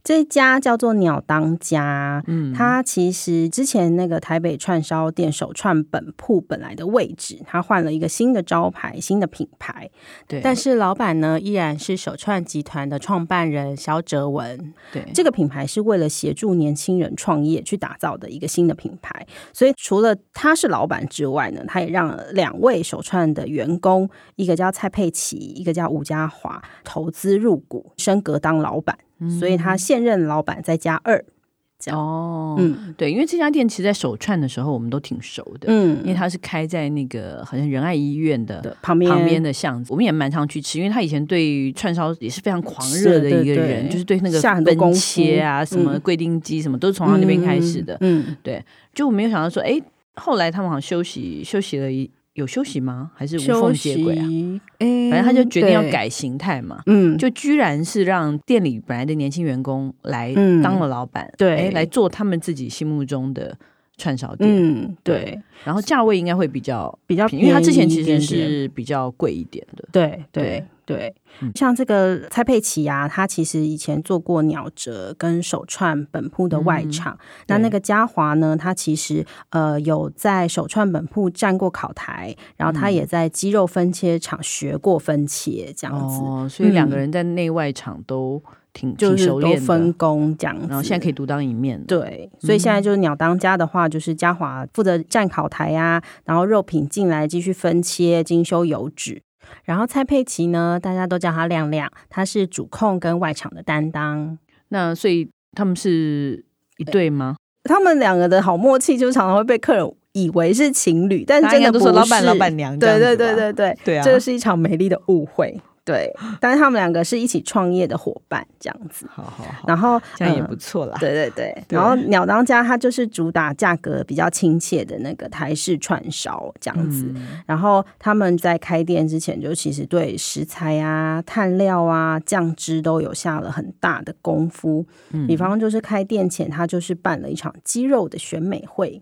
[SPEAKER 2] 这一家叫做鸟当家，嗯，它其实之前那个台北串烧店首串本铺本来的位置，它换了一个新的招牌、新的品牌，
[SPEAKER 1] 对，
[SPEAKER 3] 但是老板呢，依然是首创集团的创办人肖哲文。
[SPEAKER 1] 对
[SPEAKER 2] 这个品牌是为了协助年轻人创业去打造的一个新的品牌，所以除了他是老板之外呢，他也让两位首创的员工，一个叫蔡佩琪，一个叫吴家华，投资入股升格当老板，
[SPEAKER 1] 嗯
[SPEAKER 2] 所以他现任老板再加二，这样
[SPEAKER 1] 哦，
[SPEAKER 2] 嗯
[SPEAKER 1] 对，因为这家店其实，在首串的时候，我们都挺熟的，因为
[SPEAKER 2] 嗯，
[SPEAKER 1] 它是开在那个好像仁爱医院的
[SPEAKER 2] 的旁边嗯
[SPEAKER 1] 旁边的巷子，我们也蛮常去吃，因为他以前对于串烧也是非常狂热的
[SPEAKER 2] 是对
[SPEAKER 1] 一个
[SPEAKER 2] 对
[SPEAKER 1] 人，就是对那个
[SPEAKER 2] 下很多
[SPEAKER 1] 分
[SPEAKER 2] 功夫
[SPEAKER 1] 切啊、什么
[SPEAKER 2] 嗯
[SPEAKER 1] 贵丁鸡什么，都是从他那边开始的。
[SPEAKER 2] 嗯，
[SPEAKER 1] 就我没有想到说，哎，后来他们好像休息休息了一有休息吗？还是
[SPEAKER 2] 嗯
[SPEAKER 1] 无缝
[SPEAKER 2] 休
[SPEAKER 1] 接轨啊？
[SPEAKER 2] 息，
[SPEAKER 3] 哎
[SPEAKER 1] 反正他就决定要，改形态嘛。
[SPEAKER 2] 嗯，
[SPEAKER 1] 就居然是让店里本来的年轻员工来
[SPEAKER 2] 嗯
[SPEAKER 1] 当了老板，
[SPEAKER 2] 对
[SPEAKER 1] 哎来做他们自己心目中的串烧店，
[SPEAKER 2] 嗯，对，
[SPEAKER 1] 然后价位应该会比较
[SPEAKER 2] 比较
[SPEAKER 1] 平，因为他之前
[SPEAKER 2] 便
[SPEAKER 1] 其
[SPEAKER 2] 宜一
[SPEAKER 1] 实
[SPEAKER 2] 点点
[SPEAKER 1] 是比较贵一点的，
[SPEAKER 2] 对
[SPEAKER 1] 对
[SPEAKER 2] 对对
[SPEAKER 1] 嗯，
[SPEAKER 2] 像这个蔡佩琪啊，她其实以前做过鸟折跟手串本铺的
[SPEAKER 1] 嗯
[SPEAKER 2] 外场。那那个嘉华呢，他其实呃有在手串本铺站过烤台，然后他
[SPEAKER 1] 嗯
[SPEAKER 2] 也在鸡肉分切厂学过分切，这样子、
[SPEAKER 1] 哦，所以两个
[SPEAKER 2] 嗯
[SPEAKER 1] 人在内外场都挺
[SPEAKER 2] 就
[SPEAKER 1] 挺
[SPEAKER 2] 是
[SPEAKER 1] 熟
[SPEAKER 2] 都
[SPEAKER 1] 练
[SPEAKER 2] 分
[SPEAKER 1] 的，
[SPEAKER 2] 工这样子。
[SPEAKER 1] 然后现在可以独当一面，，
[SPEAKER 2] 对，所以现在
[SPEAKER 1] 嗯
[SPEAKER 2] 就是鸟当家的话，就是嘉华负责站烤台啊，然后肉品进来继续分切、精修油脂。然后蔡佩琪呢，大家都叫她亮亮，她是主控跟外场的担当。
[SPEAKER 1] 那所以他们是一
[SPEAKER 2] 哎
[SPEAKER 1] 对吗？
[SPEAKER 2] 他们两个的好默契，就常常会被客人以为是情侣，但
[SPEAKER 1] 大家
[SPEAKER 2] 真
[SPEAKER 1] 应该
[SPEAKER 2] 的
[SPEAKER 1] 都
[SPEAKER 2] 不
[SPEAKER 1] 说老
[SPEAKER 2] 是。
[SPEAKER 1] 板老板娘这样
[SPEAKER 2] 对
[SPEAKER 1] 子吧，
[SPEAKER 2] 对对对对，
[SPEAKER 1] 对啊，
[SPEAKER 2] 这个是一场美丽的误会。对， 但是他们两个是一起创业的伙伴，这样子。
[SPEAKER 1] 好好好，
[SPEAKER 2] 然后
[SPEAKER 1] 这样也
[SPEAKER 2] 嗯
[SPEAKER 1] 不错啦，
[SPEAKER 2] 对对对，
[SPEAKER 1] 对
[SPEAKER 2] 然后鸟当家它就是主打价格比较亲切的那个台式串烧这
[SPEAKER 1] 嗯
[SPEAKER 2] 样子。然后他们在开店之前，就其实对食材啊、炭料啊、酱汁都有下了很大的功夫。比方就是开店前，他就是办了一场鸡肉的选美会。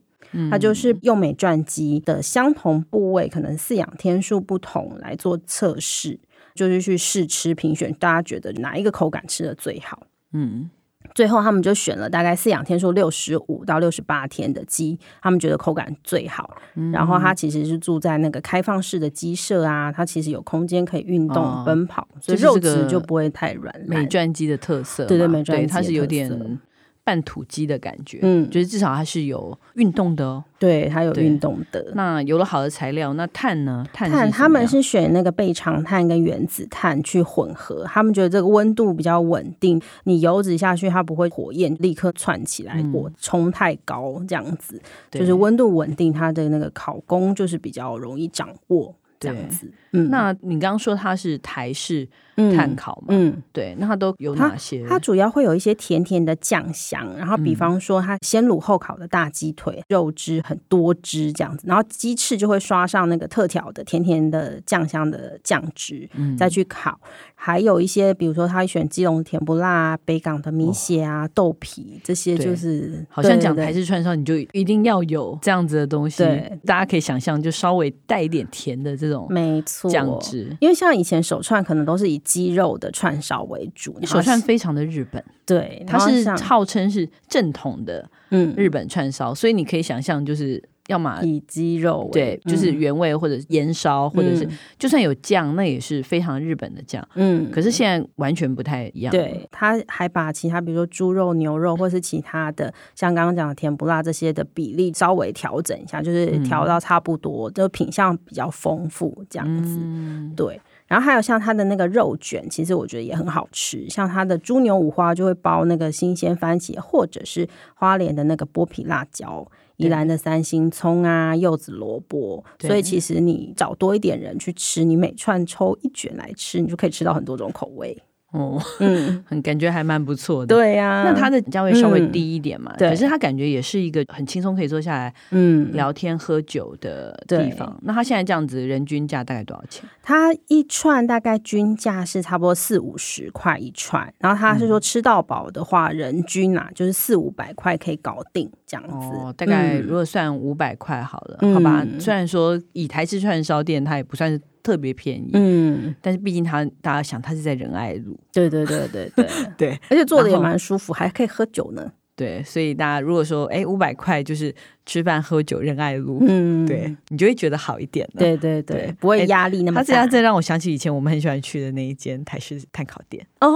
[SPEAKER 2] 它就是用美转机的相同部位，可能饲养天数不同来做测试，就是去试吃评选，大家觉得哪一个口感吃的最好。
[SPEAKER 1] 嗯，
[SPEAKER 2] 最后他们就选了大概饲养天数六十五到六十八天的鸡，他们觉得口感最好。
[SPEAKER 1] 嗯
[SPEAKER 2] 然后它其实是住在那个开放式的鸡舍啊，它其实有空间可以运动、
[SPEAKER 1] 哦
[SPEAKER 2] 奔跑，所
[SPEAKER 1] 就
[SPEAKER 2] 以
[SPEAKER 1] 是
[SPEAKER 2] 肉
[SPEAKER 1] 这个
[SPEAKER 2] 质就不会太软
[SPEAKER 1] 美
[SPEAKER 2] 烂。
[SPEAKER 1] 传机的特色嘛，
[SPEAKER 2] 对对美专机的
[SPEAKER 1] 它是有
[SPEAKER 2] 特色
[SPEAKER 1] 点半土鸡的感觉，
[SPEAKER 2] 嗯
[SPEAKER 1] 就是至少它是有运动的哦。
[SPEAKER 2] 对，它有
[SPEAKER 1] 对
[SPEAKER 2] 运动的。
[SPEAKER 1] 那有了好的材料，那碳呢？碳是
[SPEAKER 2] 碳，
[SPEAKER 1] 什
[SPEAKER 2] 他
[SPEAKER 1] 么
[SPEAKER 2] 们
[SPEAKER 1] 样
[SPEAKER 2] 是选那个倍长碳跟原子碳去混合，他们觉得这个温度比较稳定，你油脂下去它不会火焰立刻窜起来
[SPEAKER 1] 嗯
[SPEAKER 2] 或冲太高这样子，
[SPEAKER 1] 对
[SPEAKER 2] 就是温度稳定，它的那个烤工就是比较容易掌握这
[SPEAKER 1] 对
[SPEAKER 2] 样子。嗯
[SPEAKER 1] 那你刚刚说它是台式
[SPEAKER 2] 嗯
[SPEAKER 1] 碳烤嘛？
[SPEAKER 2] 嗯，
[SPEAKER 1] 对，那它都有哪些？
[SPEAKER 2] 它主要会有一些甜甜的酱香，然后比
[SPEAKER 1] 嗯
[SPEAKER 2] 方说它先卤后烤的大鸡腿，肉汁很多汁这样子，然后鸡翅就会刷上那个特调的甜甜的酱香的酱汁，
[SPEAKER 1] 嗯
[SPEAKER 2] 再去烤。还有一些，比如说他会选基隆甜不辣啊、北港的米血啊、豆皮这些，
[SPEAKER 1] 对
[SPEAKER 2] 就是
[SPEAKER 1] 好像
[SPEAKER 2] 对
[SPEAKER 1] 讲
[SPEAKER 2] 对
[SPEAKER 1] 台式串烧，你就一定要有这样子的东西
[SPEAKER 2] 对，嗯
[SPEAKER 1] 大家可以想象，就稍微带一点甜的这种
[SPEAKER 2] 没错
[SPEAKER 1] 酱。汁。
[SPEAKER 2] 因为像以前手串可能都是以鸡肉的串烧为主，然后
[SPEAKER 1] 手串非常的日本，
[SPEAKER 2] 对，
[SPEAKER 1] 它
[SPEAKER 2] 然后
[SPEAKER 1] 是
[SPEAKER 2] 像
[SPEAKER 1] 号称是正统的
[SPEAKER 2] 嗯
[SPEAKER 1] 日本串烧，所以你可以想象，就是要么
[SPEAKER 2] 以鸡肉为
[SPEAKER 1] 对，就是原味或者是盐烧，或者是
[SPEAKER 2] 嗯
[SPEAKER 1] 就算有酱，那也是非常日本的酱。
[SPEAKER 2] 嗯
[SPEAKER 1] 可是现在完全不太一样，
[SPEAKER 2] 对，，他还把其他比如说猪肉、牛肉或是其他的，像刚刚讲的甜不辣这些的比例稍微调整一下，就是
[SPEAKER 1] 嗯
[SPEAKER 2] 调到差不多，就品相比较丰富这样子。
[SPEAKER 1] 嗯
[SPEAKER 2] 对。然后还有像它的那个肉卷，其实我觉得也很好吃。像它的猪牛五花就会包那个新鲜番茄，或者是花莲的那个剥皮辣椒，宜兰的三星葱啊、柚子萝卜。
[SPEAKER 1] 对
[SPEAKER 2] 所以其实你找多一点人去吃，你每串抽一卷来吃，你就可以吃到很多种口味。
[SPEAKER 1] 哦，
[SPEAKER 2] 嗯，
[SPEAKER 1] 很感觉还蛮不错的。
[SPEAKER 2] 对呀、嗯
[SPEAKER 1] 那它的价位稍微低一点嘛，
[SPEAKER 2] 对
[SPEAKER 1] 可是它感觉也是一个很轻松可以坐下来
[SPEAKER 2] 嗯，
[SPEAKER 1] 聊天喝酒的
[SPEAKER 2] 对
[SPEAKER 1] 地方。那它现在这样子，人均价大概多少钱？
[SPEAKER 2] 它一串大概均价是差不多四五十块一串，然后他是说
[SPEAKER 1] 嗯
[SPEAKER 2] 吃到饱的话，人均啊就是四五百块可以搞定这样子。
[SPEAKER 1] 哦，大概
[SPEAKER 2] 嗯
[SPEAKER 1] 如果算五百块好了，
[SPEAKER 2] 嗯
[SPEAKER 1] 好吧。虽然说以台式串烧店，它也不算是特别便宜，
[SPEAKER 2] 嗯，
[SPEAKER 1] 但是毕竟它大家想它是在仁爱路，
[SPEAKER 2] 对对对对对
[SPEAKER 1] 对，
[SPEAKER 2] 而且做的也
[SPEAKER 1] 然后
[SPEAKER 2] 蛮舒服，还可以喝酒呢。
[SPEAKER 1] 对，所以大家如果说哎五百块就是吃饭喝酒仁爱路，
[SPEAKER 2] 嗯，
[SPEAKER 1] 对你就会觉得好一点了。
[SPEAKER 2] 对对
[SPEAKER 1] 对哎
[SPEAKER 2] 对，不会压力那么
[SPEAKER 1] 它这家
[SPEAKER 2] 大。
[SPEAKER 1] 真让我想起以前我们很喜欢去的那一间台式碳烤 店，
[SPEAKER 2] 哦，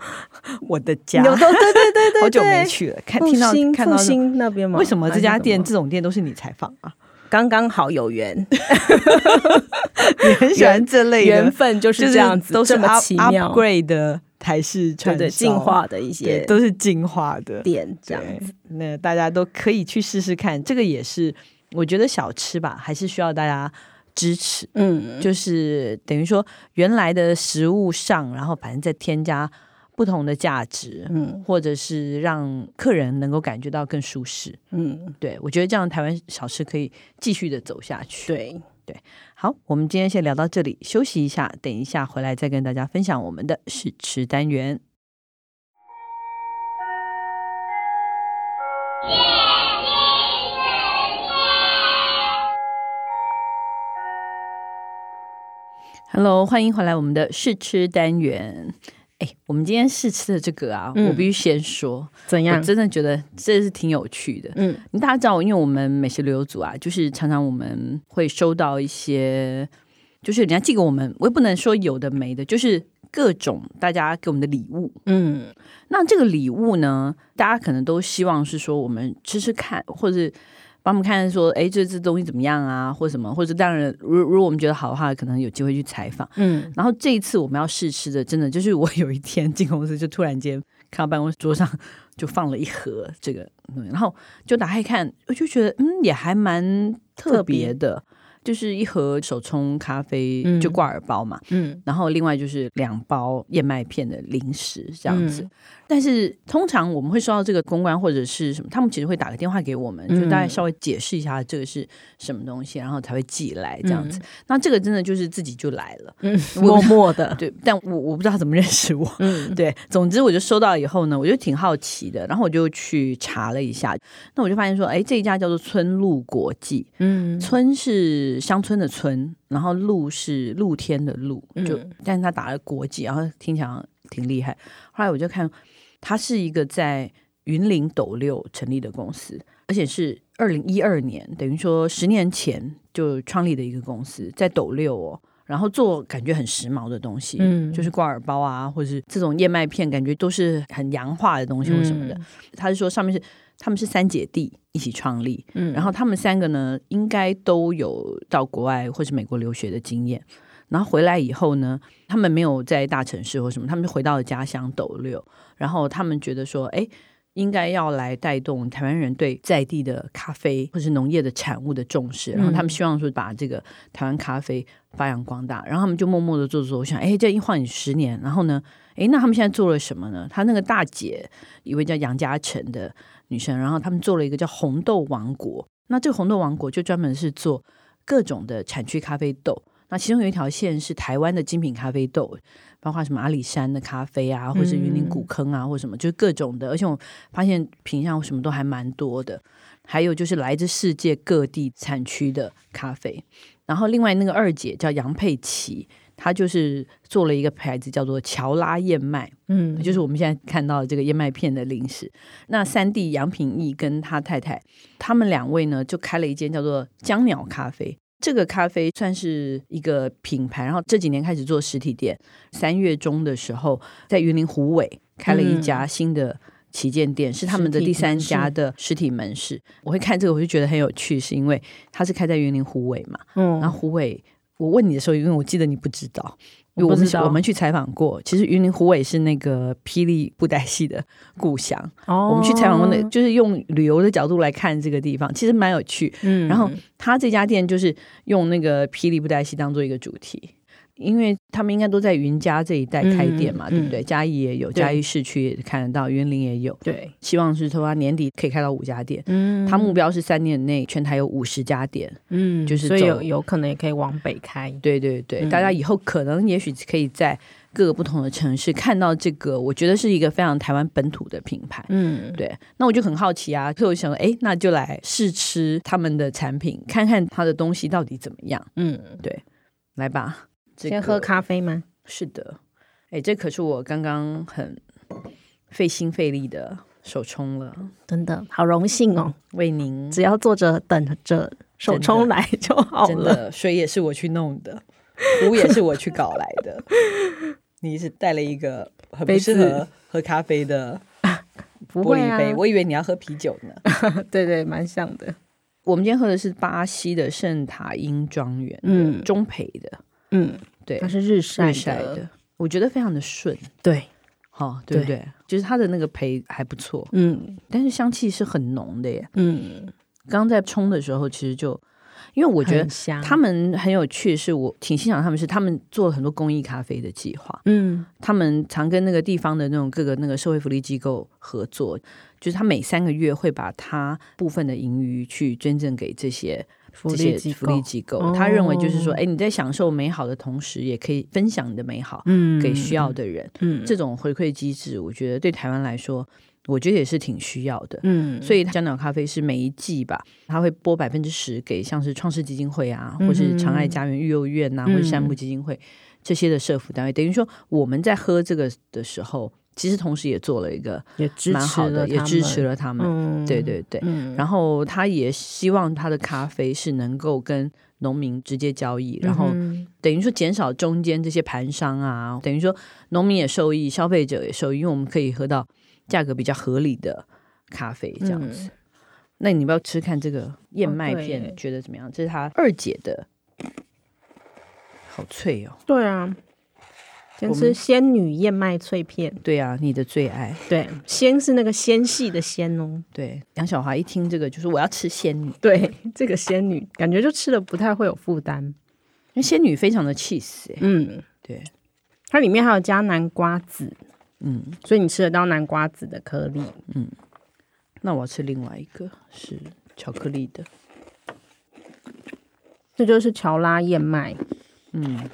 [SPEAKER 1] 我的家，
[SPEAKER 2] 有的对对对对，
[SPEAKER 1] 好久没
[SPEAKER 2] 对。
[SPEAKER 1] 去了，看
[SPEAKER 2] 复
[SPEAKER 1] 听到
[SPEAKER 2] 兴
[SPEAKER 1] 看到
[SPEAKER 2] 复兴那边吗？
[SPEAKER 1] 为什么这家店
[SPEAKER 2] 还是
[SPEAKER 1] 这种店都是你采访啊？
[SPEAKER 2] 什么刚刚好有缘？
[SPEAKER 1] 你 很喜欢这类的
[SPEAKER 2] 缘分就
[SPEAKER 1] 就是
[SPEAKER 2] 这样子，
[SPEAKER 1] 都是
[SPEAKER 2] 这么
[SPEAKER 1] up-
[SPEAKER 2] 奇妙，
[SPEAKER 1] upgrade 的台式
[SPEAKER 2] 对
[SPEAKER 1] 串
[SPEAKER 2] 对，
[SPEAKER 1] 烧
[SPEAKER 2] 进化的一
[SPEAKER 1] 对
[SPEAKER 2] 些
[SPEAKER 1] 都是进化的，
[SPEAKER 2] 点这样
[SPEAKER 1] 对
[SPEAKER 2] 子。
[SPEAKER 1] 那大家都可以去试试看，这个也是我觉得小吃吧，还是需要大家支持，
[SPEAKER 2] 嗯，
[SPEAKER 1] 就是等于说原来的食物上，然后反正再添加不同的价值。
[SPEAKER 2] 嗯
[SPEAKER 1] 或者是让客人能够感觉到更舒适，
[SPEAKER 2] 嗯，
[SPEAKER 1] 对我觉得这样台湾小吃可以继续的走下去。
[SPEAKER 2] 对，
[SPEAKER 1] 好，我们今天先聊到这里，休息一下，等一下回来再跟大家分享我们的试吃单元。Hello，欢迎回来我们的试吃单元。哎，我们今天试吃的这个啊，
[SPEAKER 2] 嗯
[SPEAKER 1] 我必须先说，
[SPEAKER 2] 怎
[SPEAKER 1] 我
[SPEAKER 2] 样？
[SPEAKER 1] 真的觉得这是挺有趣的。
[SPEAKER 2] 嗯
[SPEAKER 1] 大家知道，因为我们美食旅游组啊，就是常常我们会收到一些，就是人家寄给我们，我也不能说有的没的，就是各种大家给我们的礼物。
[SPEAKER 2] 嗯
[SPEAKER 1] 那这个礼物呢，大家可能都希望是说我们吃吃看，或者帮我们看说，哎，这这东西怎么样啊，或什么，或者当然，如如果我们觉得好的话，可能有机会去采访。
[SPEAKER 2] 嗯
[SPEAKER 1] 然后这一次我们要试吃的，真的就是我有一天进公司就突然间看到办公桌上就放了一盒这个，嗯然后就打开看，我就觉得嗯也还蛮特别的，就是一盒手冲咖啡
[SPEAKER 2] 嗯
[SPEAKER 1] 就挂耳包嘛，
[SPEAKER 2] 嗯
[SPEAKER 1] 然后另外就是两包燕麦片的零食这样子。
[SPEAKER 2] 嗯
[SPEAKER 1] 但是通常我们会收到这个公关或者是什么，他们其实会打个电话给我们，就大概
[SPEAKER 2] 嗯
[SPEAKER 1] 稍微解释一下这个是什么东西，然后才会寄来这样子。那这个真的就是自己就来了。
[SPEAKER 2] 嗯，
[SPEAKER 1] 默
[SPEAKER 2] 默默的，
[SPEAKER 1] 对，但我我不知道他怎么认识我。
[SPEAKER 2] 嗯
[SPEAKER 1] 对，总之我就收到以后呢，我就挺好奇的，然后我就去查了一下，那我就发现说，哎，这一家叫做村路国际，
[SPEAKER 2] 嗯
[SPEAKER 1] 村是乡村的村，然后路是露天的路，就、
[SPEAKER 2] 嗯
[SPEAKER 1] 但是他打了国际，然后听起来好像挺厉害。后来我就看，它是一个在云林斗六成立的公司，而且是二零一二年，等于说十年前就创立的一个公司，在斗六哦。然后做感觉很时髦的东西，
[SPEAKER 3] 嗯
[SPEAKER 1] 就是挂耳包啊，或者是这种燕麦片，感觉都是很洋化的东西或什
[SPEAKER 2] 嗯
[SPEAKER 1] 么的。他是说上面是他们是三姐弟一起创立，
[SPEAKER 3] 嗯
[SPEAKER 1] 然后他们三个呢，应该都有到国外或是美国留学的经验。然后回来以后呢，他们没有在大城市或什么，他们就回到了家乡斗六。然后他们觉得说，哎，应该要来带动台湾人对在地的咖啡或是农业的产物的重视。然后他们希望说，把这个台湾咖啡发扬光大。然后他们就默默的做做，我想，哎，这一晃也十年。然后呢，哎，那他们现在做了什么呢？他那个大姐，一位叫杨嘉诚的女生，然后他们做了一个叫红豆王国。那这个红豆王国就专门是做各种的产区咖啡豆。那其中有一条线是台湾的精品咖啡豆，包括什么阿里山的咖啡啊，或者是云林古坑啊，或什么，就是各种的。而且我发现品相什么都还蛮多的。还有就是来自世界各地产区的咖啡。然后另外那个二姐叫杨佩琪，她就是做了一个牌子叫做乔拉燕麦。
[SPEAKER 3] 嗯
[SPEAKER 1] 就是我们现在看到的这个燕麦片的零食。那三弟杨品义跟他太太，他们两位呢就开了一间叫做江鸟咖啡。这个咖啡算是一个品牌，然后这几年开始做实体店。三月中的时候，在云林虎尾开了一家新的旗舰店，是他们的第三家的实体门市。我会看这个，我就觉得很有趣，是因为它是开在云林虎尾嘛。
[SPEAKER 3] 嗯
[SPEAKER 1] 然后虎尾，我问你的时候，因为我记得你不知道，因为
[SPEAKER 3] 我不
[SPEAKER 1] 我们
[SPEAKER 3] 知道
[SPEAKER 1] 我们去采访过，其实云林虎尾是那个霹雳布袋戏的故乡，
[SPEAKER 3] 哦
[SPEAKER 1] 我们去采访过那，就是用旅游的角度来看这个地方，其实蛮有趣。
[SPEAKER 3] 嗯
[SPEAKER 1] 然后他这家店就是用那个霹雳布袋戏当做一个主题。因为他们应该都在云家这一带开店嘛，
[SPEAKER 3] 嗯嗯
[SPEAKER 1] 对不对？嘉义也有，
[SPEAKER 3] 对
[SPEAKER 1] 嘉义市区也看得到，云林也有。
[SPEAKER 3] 对，
[SPEAKER 1] 希望是说他年底可以开到五家店，
[SPEAKER 3] 嗯
[SPEAKER 1] 他目标是三年内全台有五十家店。
[SPEAKER 3] 嗯
[SPEAKER 1] 就是
[SPEAKER 3] 所以
[SPEAKER 1] 走
[SPEAKER 3] 有有可能也可以往北开，
[SPEAKER 1] 对对对，
[SPEAKER 3] 嗯
[SPEAKER 1] 大家以后可能也许可以在各个不同的城市看到这个，我觉得是一个非常台湾本土的品牌。
[SPEAKER 3] 嗯，
[SPEAKER 1] 对，那我就很好奇啊，所以我想说，哎，那就来试吃他们的产品，看看它的东西到底怎么样。
[SPEAKER 3] 嗯，
[SPEAKER 1] 来吧，这
[SPEAKER 3] 先
[SPEAKER 1] 个
[SPEAKER 3] 喝咖啡吗？
[SPEAKER 1] 是的，哎，这可是我刚刚很费心费力的手冲了，
[SPEAKER 3] 真的好荣幸哦，
[SPEAKER 1] 为您
[SPEAKER 3] 只要坐着等着手冲来就好
[SPEAKER 1] 真
[SPEAKER 3] 了。
[SPEAKER 1] 的水也是我去弄的， 壶也是我去搞来的。 你是带了一个很不
[SPEAKER 3] 杯
[SPEAKER 1] 适
[SPEAKER 3] 子
[SPEAKER 1] 合喝咖啡的
[SPEAKER 3] 不
[SPEAKER 1] 玻
[SPEAKER 3] 会
[SPEAKER 1] 璃
[SPEAKER 3] 啊，
[SPEAKER 1] 杯，我以为你要喝啤酒呢。
[SPEAKER 3] 对对，蛮像的。
[SPEAKER 1] 我们今天喝的是巴西的圣塔因庄园，
[SPEAKER 3] 嗯
[SPEAKER 1] 中培的，
[SPEAKER 3] 嗯，
[SPEAKER 1] 对
[SPEAKER 3] 它，是日晒
[SPEAKER 1] 日晒
[SPEAKER 3] 的，
[SPEAKER 1] 的，我觉得非常的顺，
[SPEAKER 3] 对，
[SPEAKER 1] 哈、对不对？就是它的那个培还不错，
[SPEAKER 3] 嗯
[SPEAKER 1] 但是香气是很浓的耶。
[SPEAKER 3] 嗯，
[SPEAKER 1] 刚刚在冲的时候，其实就因为我
[SPEAKER 3] 我
[SPEAKER 1] 觉得
[SPEAKER 3] 香，
[SPEAKER 1] 他们很有趣，是我挺欣赏他们，是他们做了很多公益咖啡的计划，
[SPEAKER 3] 嗯
[SPEAKER 1] 他们常跟那个地方的那种各个那个社会福利机构合作，就是他每三个月会把他部分的盈余去捐赠给这些
[SPEAKER 3] 福
[SPEAKER 1] 这
[SPEAKER 3] 利
[SPEAKER 1] 些
[SPEAKER 3] 机
[SPEAKER 1] 福
[SPEAKER 3] 构，
[SPEAKER 1] 利机构。
[SPEAKER 3] 哦
[SPEAKER 1] 他认为就是说，哎，你在享受美好的同时，也可以分享你的美好
[SPEAKER 3] 嗯
[SPEAKER 1] 给需要，的人。
[SPEAKER 3] 嗯
[SPEAKER 1] 这种回馈机制，我觉得对台湾来说，我觉得也是挺需要的。
[SPEAKER 3] 嗯，
[SPEAKER 1] 所以江鸟咖啡是每一季吧，它会拨百分之十给像是创世基金会啊，
[SPEAKER 3] 嗯
[SPEAKER 1] 或是长爱家园育幼院呐、啊，
[SPEAKER 3] 嗯
[SPEAKER 1] 或是山木基金会这些的社福单位，等于说我们在喝这个的时候，其实同时也做了一个
[SPEAKER 3] 也支
[SPEAKER 1] 蛮
[SPEAKER 3] 持
[SPEAKER 1] 好的，
[SPEAKER 3] 了，
[SPEAKER 1] 也支持，了他们。
[SPEAKER 3] 嗯，
[SPEAKER 1] 对对对，
[SPEAKER 3] 嗯，
[SPEAKER 1] 然后他也希望他的咖啡是能够跟农民直接交易，然后
[SPEAKER 3] 嗯
[SPEAKER 1] 等于说减少中间这些盘商啊，等于说农民也受益，消费者也受益，因为我们可以喝到价格比较合理的咖啡这样
[SPEAKER 3] 嗯
[SPEAKER 1] 子。那你要不要吃看这个燕麦片，
[SPEAKER 3] 哦对耶
[SPEAKER 1] 觉得怎么样？这是他二姐的，好脆哦！
[SPEAKER 3] 对啊，先
[SPEAKER 1] 我
[SPEAKER 3] 吃
[SPEAKER 1] 们
[SPEAKER 3] 仙女燕麦脆片，
[SPEAKER 1] 对啊，你的最爱。
[SPEAKER 3] 对，仙是那个纤细的纤哦，
[SPEAKER 1] 对，杨小华一听这个就是我要吃仙女，因
[SPEAKER 3] 对，这个仙女感觉就吃的不太会有负担，
[SPEAKER 1] 为仙女非常的 cheese 哎、
[SPEAKER 3] 嗯，
[SPEAKER 1] 对，
[SPEAKER 3] 它里面还有加南瓜子，
[SPEAKER 1] 嗯，
[SPEAKER 3] 所以你吃得到南瓜子的颗粒，
[SPEAKER 1] 那我要吃另外一个是巧克力的，
[SPEAKER 3] 这就是乔拉燕麦，
[SPEAKER 1] 嗯，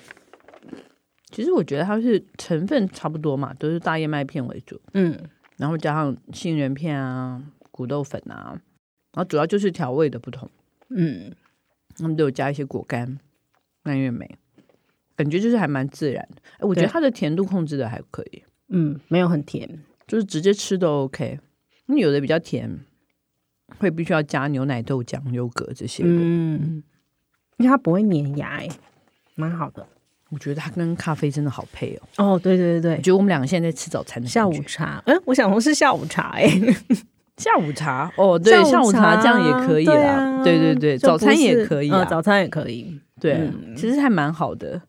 [SPEAKER 1] 其实我觉得它是成分差不多嘛，都是大燕麦片为主，
[SPEAKER 3] 嗯
[SPEAKER 1] 然后加上杏仁片啊、谷豆粉啊，然后主要就是调味的不同，
[SPEAKER 3] 嗯，
[SPEAKER 1] 他们都有加一些果干、蔓越莓，感觉就是还蛮自然的。哎，我觉得
[SPEAKER 3] 对
[SPEAKER 1] 它的甜度控制的还可以，
[SPEAKER 3] 嗯，没有很甜，
[SPEAKER 1] 就是直接吃都 OK。因为有的比较甜，会必须要加牛奶、
[SPEAKER 3] 嗯
[SPEAKER 1] 豆浆、优格这些的。
[SPEAKER 3] 嗯，因为它不会粘牙、欸，蛮好的。
[SPEAKER 1] 我觉得它跟咖啡真的好配哦。
[SPEAKER 3] 哦，对对对
[SPEAKER 1] 我
[SPEAKER 3] 对，
[SPEAKER 1] 觉得我们两个现在在吃早餐的感
[SPEAKER 3] 下午
[SPEAKER 1] 觉
[SPEAKER 3] 茶，嗯，我想说是下午茶、 哎，
[SPEAKER 1] 下午茶哦，对，
[SPEAKER 3] 下
[SPEAKER 1] 下
[SPEAKER 3] 午
[SPEAKER 1] 午
[SPEAKER 3] 茶
[SPEAKER 1] 茶这样也可以
[SPEAKER 3] 对
[SPEAKER 1] 啦
[SPEAKER 3] 啊。
[SPEAKER 1] 对对对，
[SPEAKER 3] 就
[SPEAKER 1] 早餐
[SPEAKER 3] 不
[SPEAKER 1] 也
[SPEAKER 3] 是
[SPEAKER 1] 可以
[SPEAKER 3] 呃
[SPEAKER 1] 啊。
[SPEAKER 3] 早嗯餐也可以，
[SPEAKER 1] 对啊，其实还蛮好的。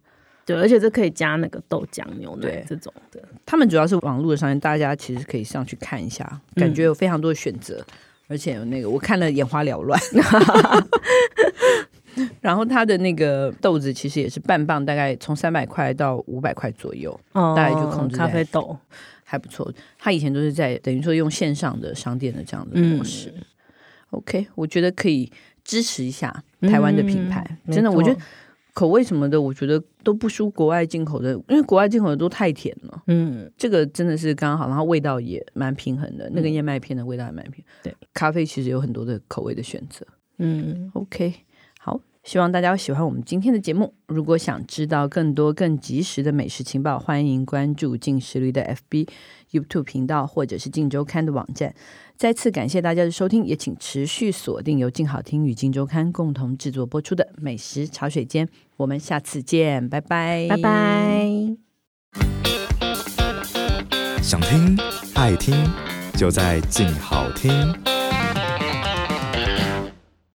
[SPEAKER 3] 对，而且这可以加那个豆浆牛奶
[SPEAKER 1] 对
[SPEAKER 3] 这种的，
[SPEAKER 1] 他们主要是网络的商店，大家其实可以上去看一下，
[SPEAKER 3] 嗯
[SPEAKER 1] 感觉有非常多的选择，而且有那个我看了眼花缭 乱。 然后它的那个豆子其实也是半磅，大概从三百块到五百块左右，
[SPEAKER 3] 哦
[SPEAKER 1] 大概就控制在
[SPEAKER 3] 咖啡豆，
[SPEAKER 1] 还不错。他以前都是在等于说用线上的商店的这样的模式。OK，我觉得可以支持一下台湾的品牌，
[SPEAKER 3] 嗯没
[SPEAKER 1] 真的，我觉得
[SPEAKER 3] 错
[SPEAKER 1] 口味什么的，我觉得都不输国外进口的，因为国外进口的都太甜了。
[SPEAKER 3] 嗯，
[SPEAKER 1] 这个真的是刚好，然后味道也蛮平衡的，那个燕麦片的味道也蛮平衡。
[SPEAKER 3] 对，
[SPEAKER 1] 咖啡其实有很多的口味的选择。
[SPEAKER 3] 嗯，
[SPEAKER 1] OK，好，希望大家喜欢我们今天的节目。如果想知道更多更及时的美食情报，欢迎关注进食率的 FB、YouTube 频道或者是静周刊的网站。再次感谢大家的收听，也请持续锁定由静好听与静周刊共同制作播出的《美食茶水间》，我们下次见，拜拜，
[SPEAKER 3] 拜拜。
[SPEAKER 4] 想听爱听，就在静好听。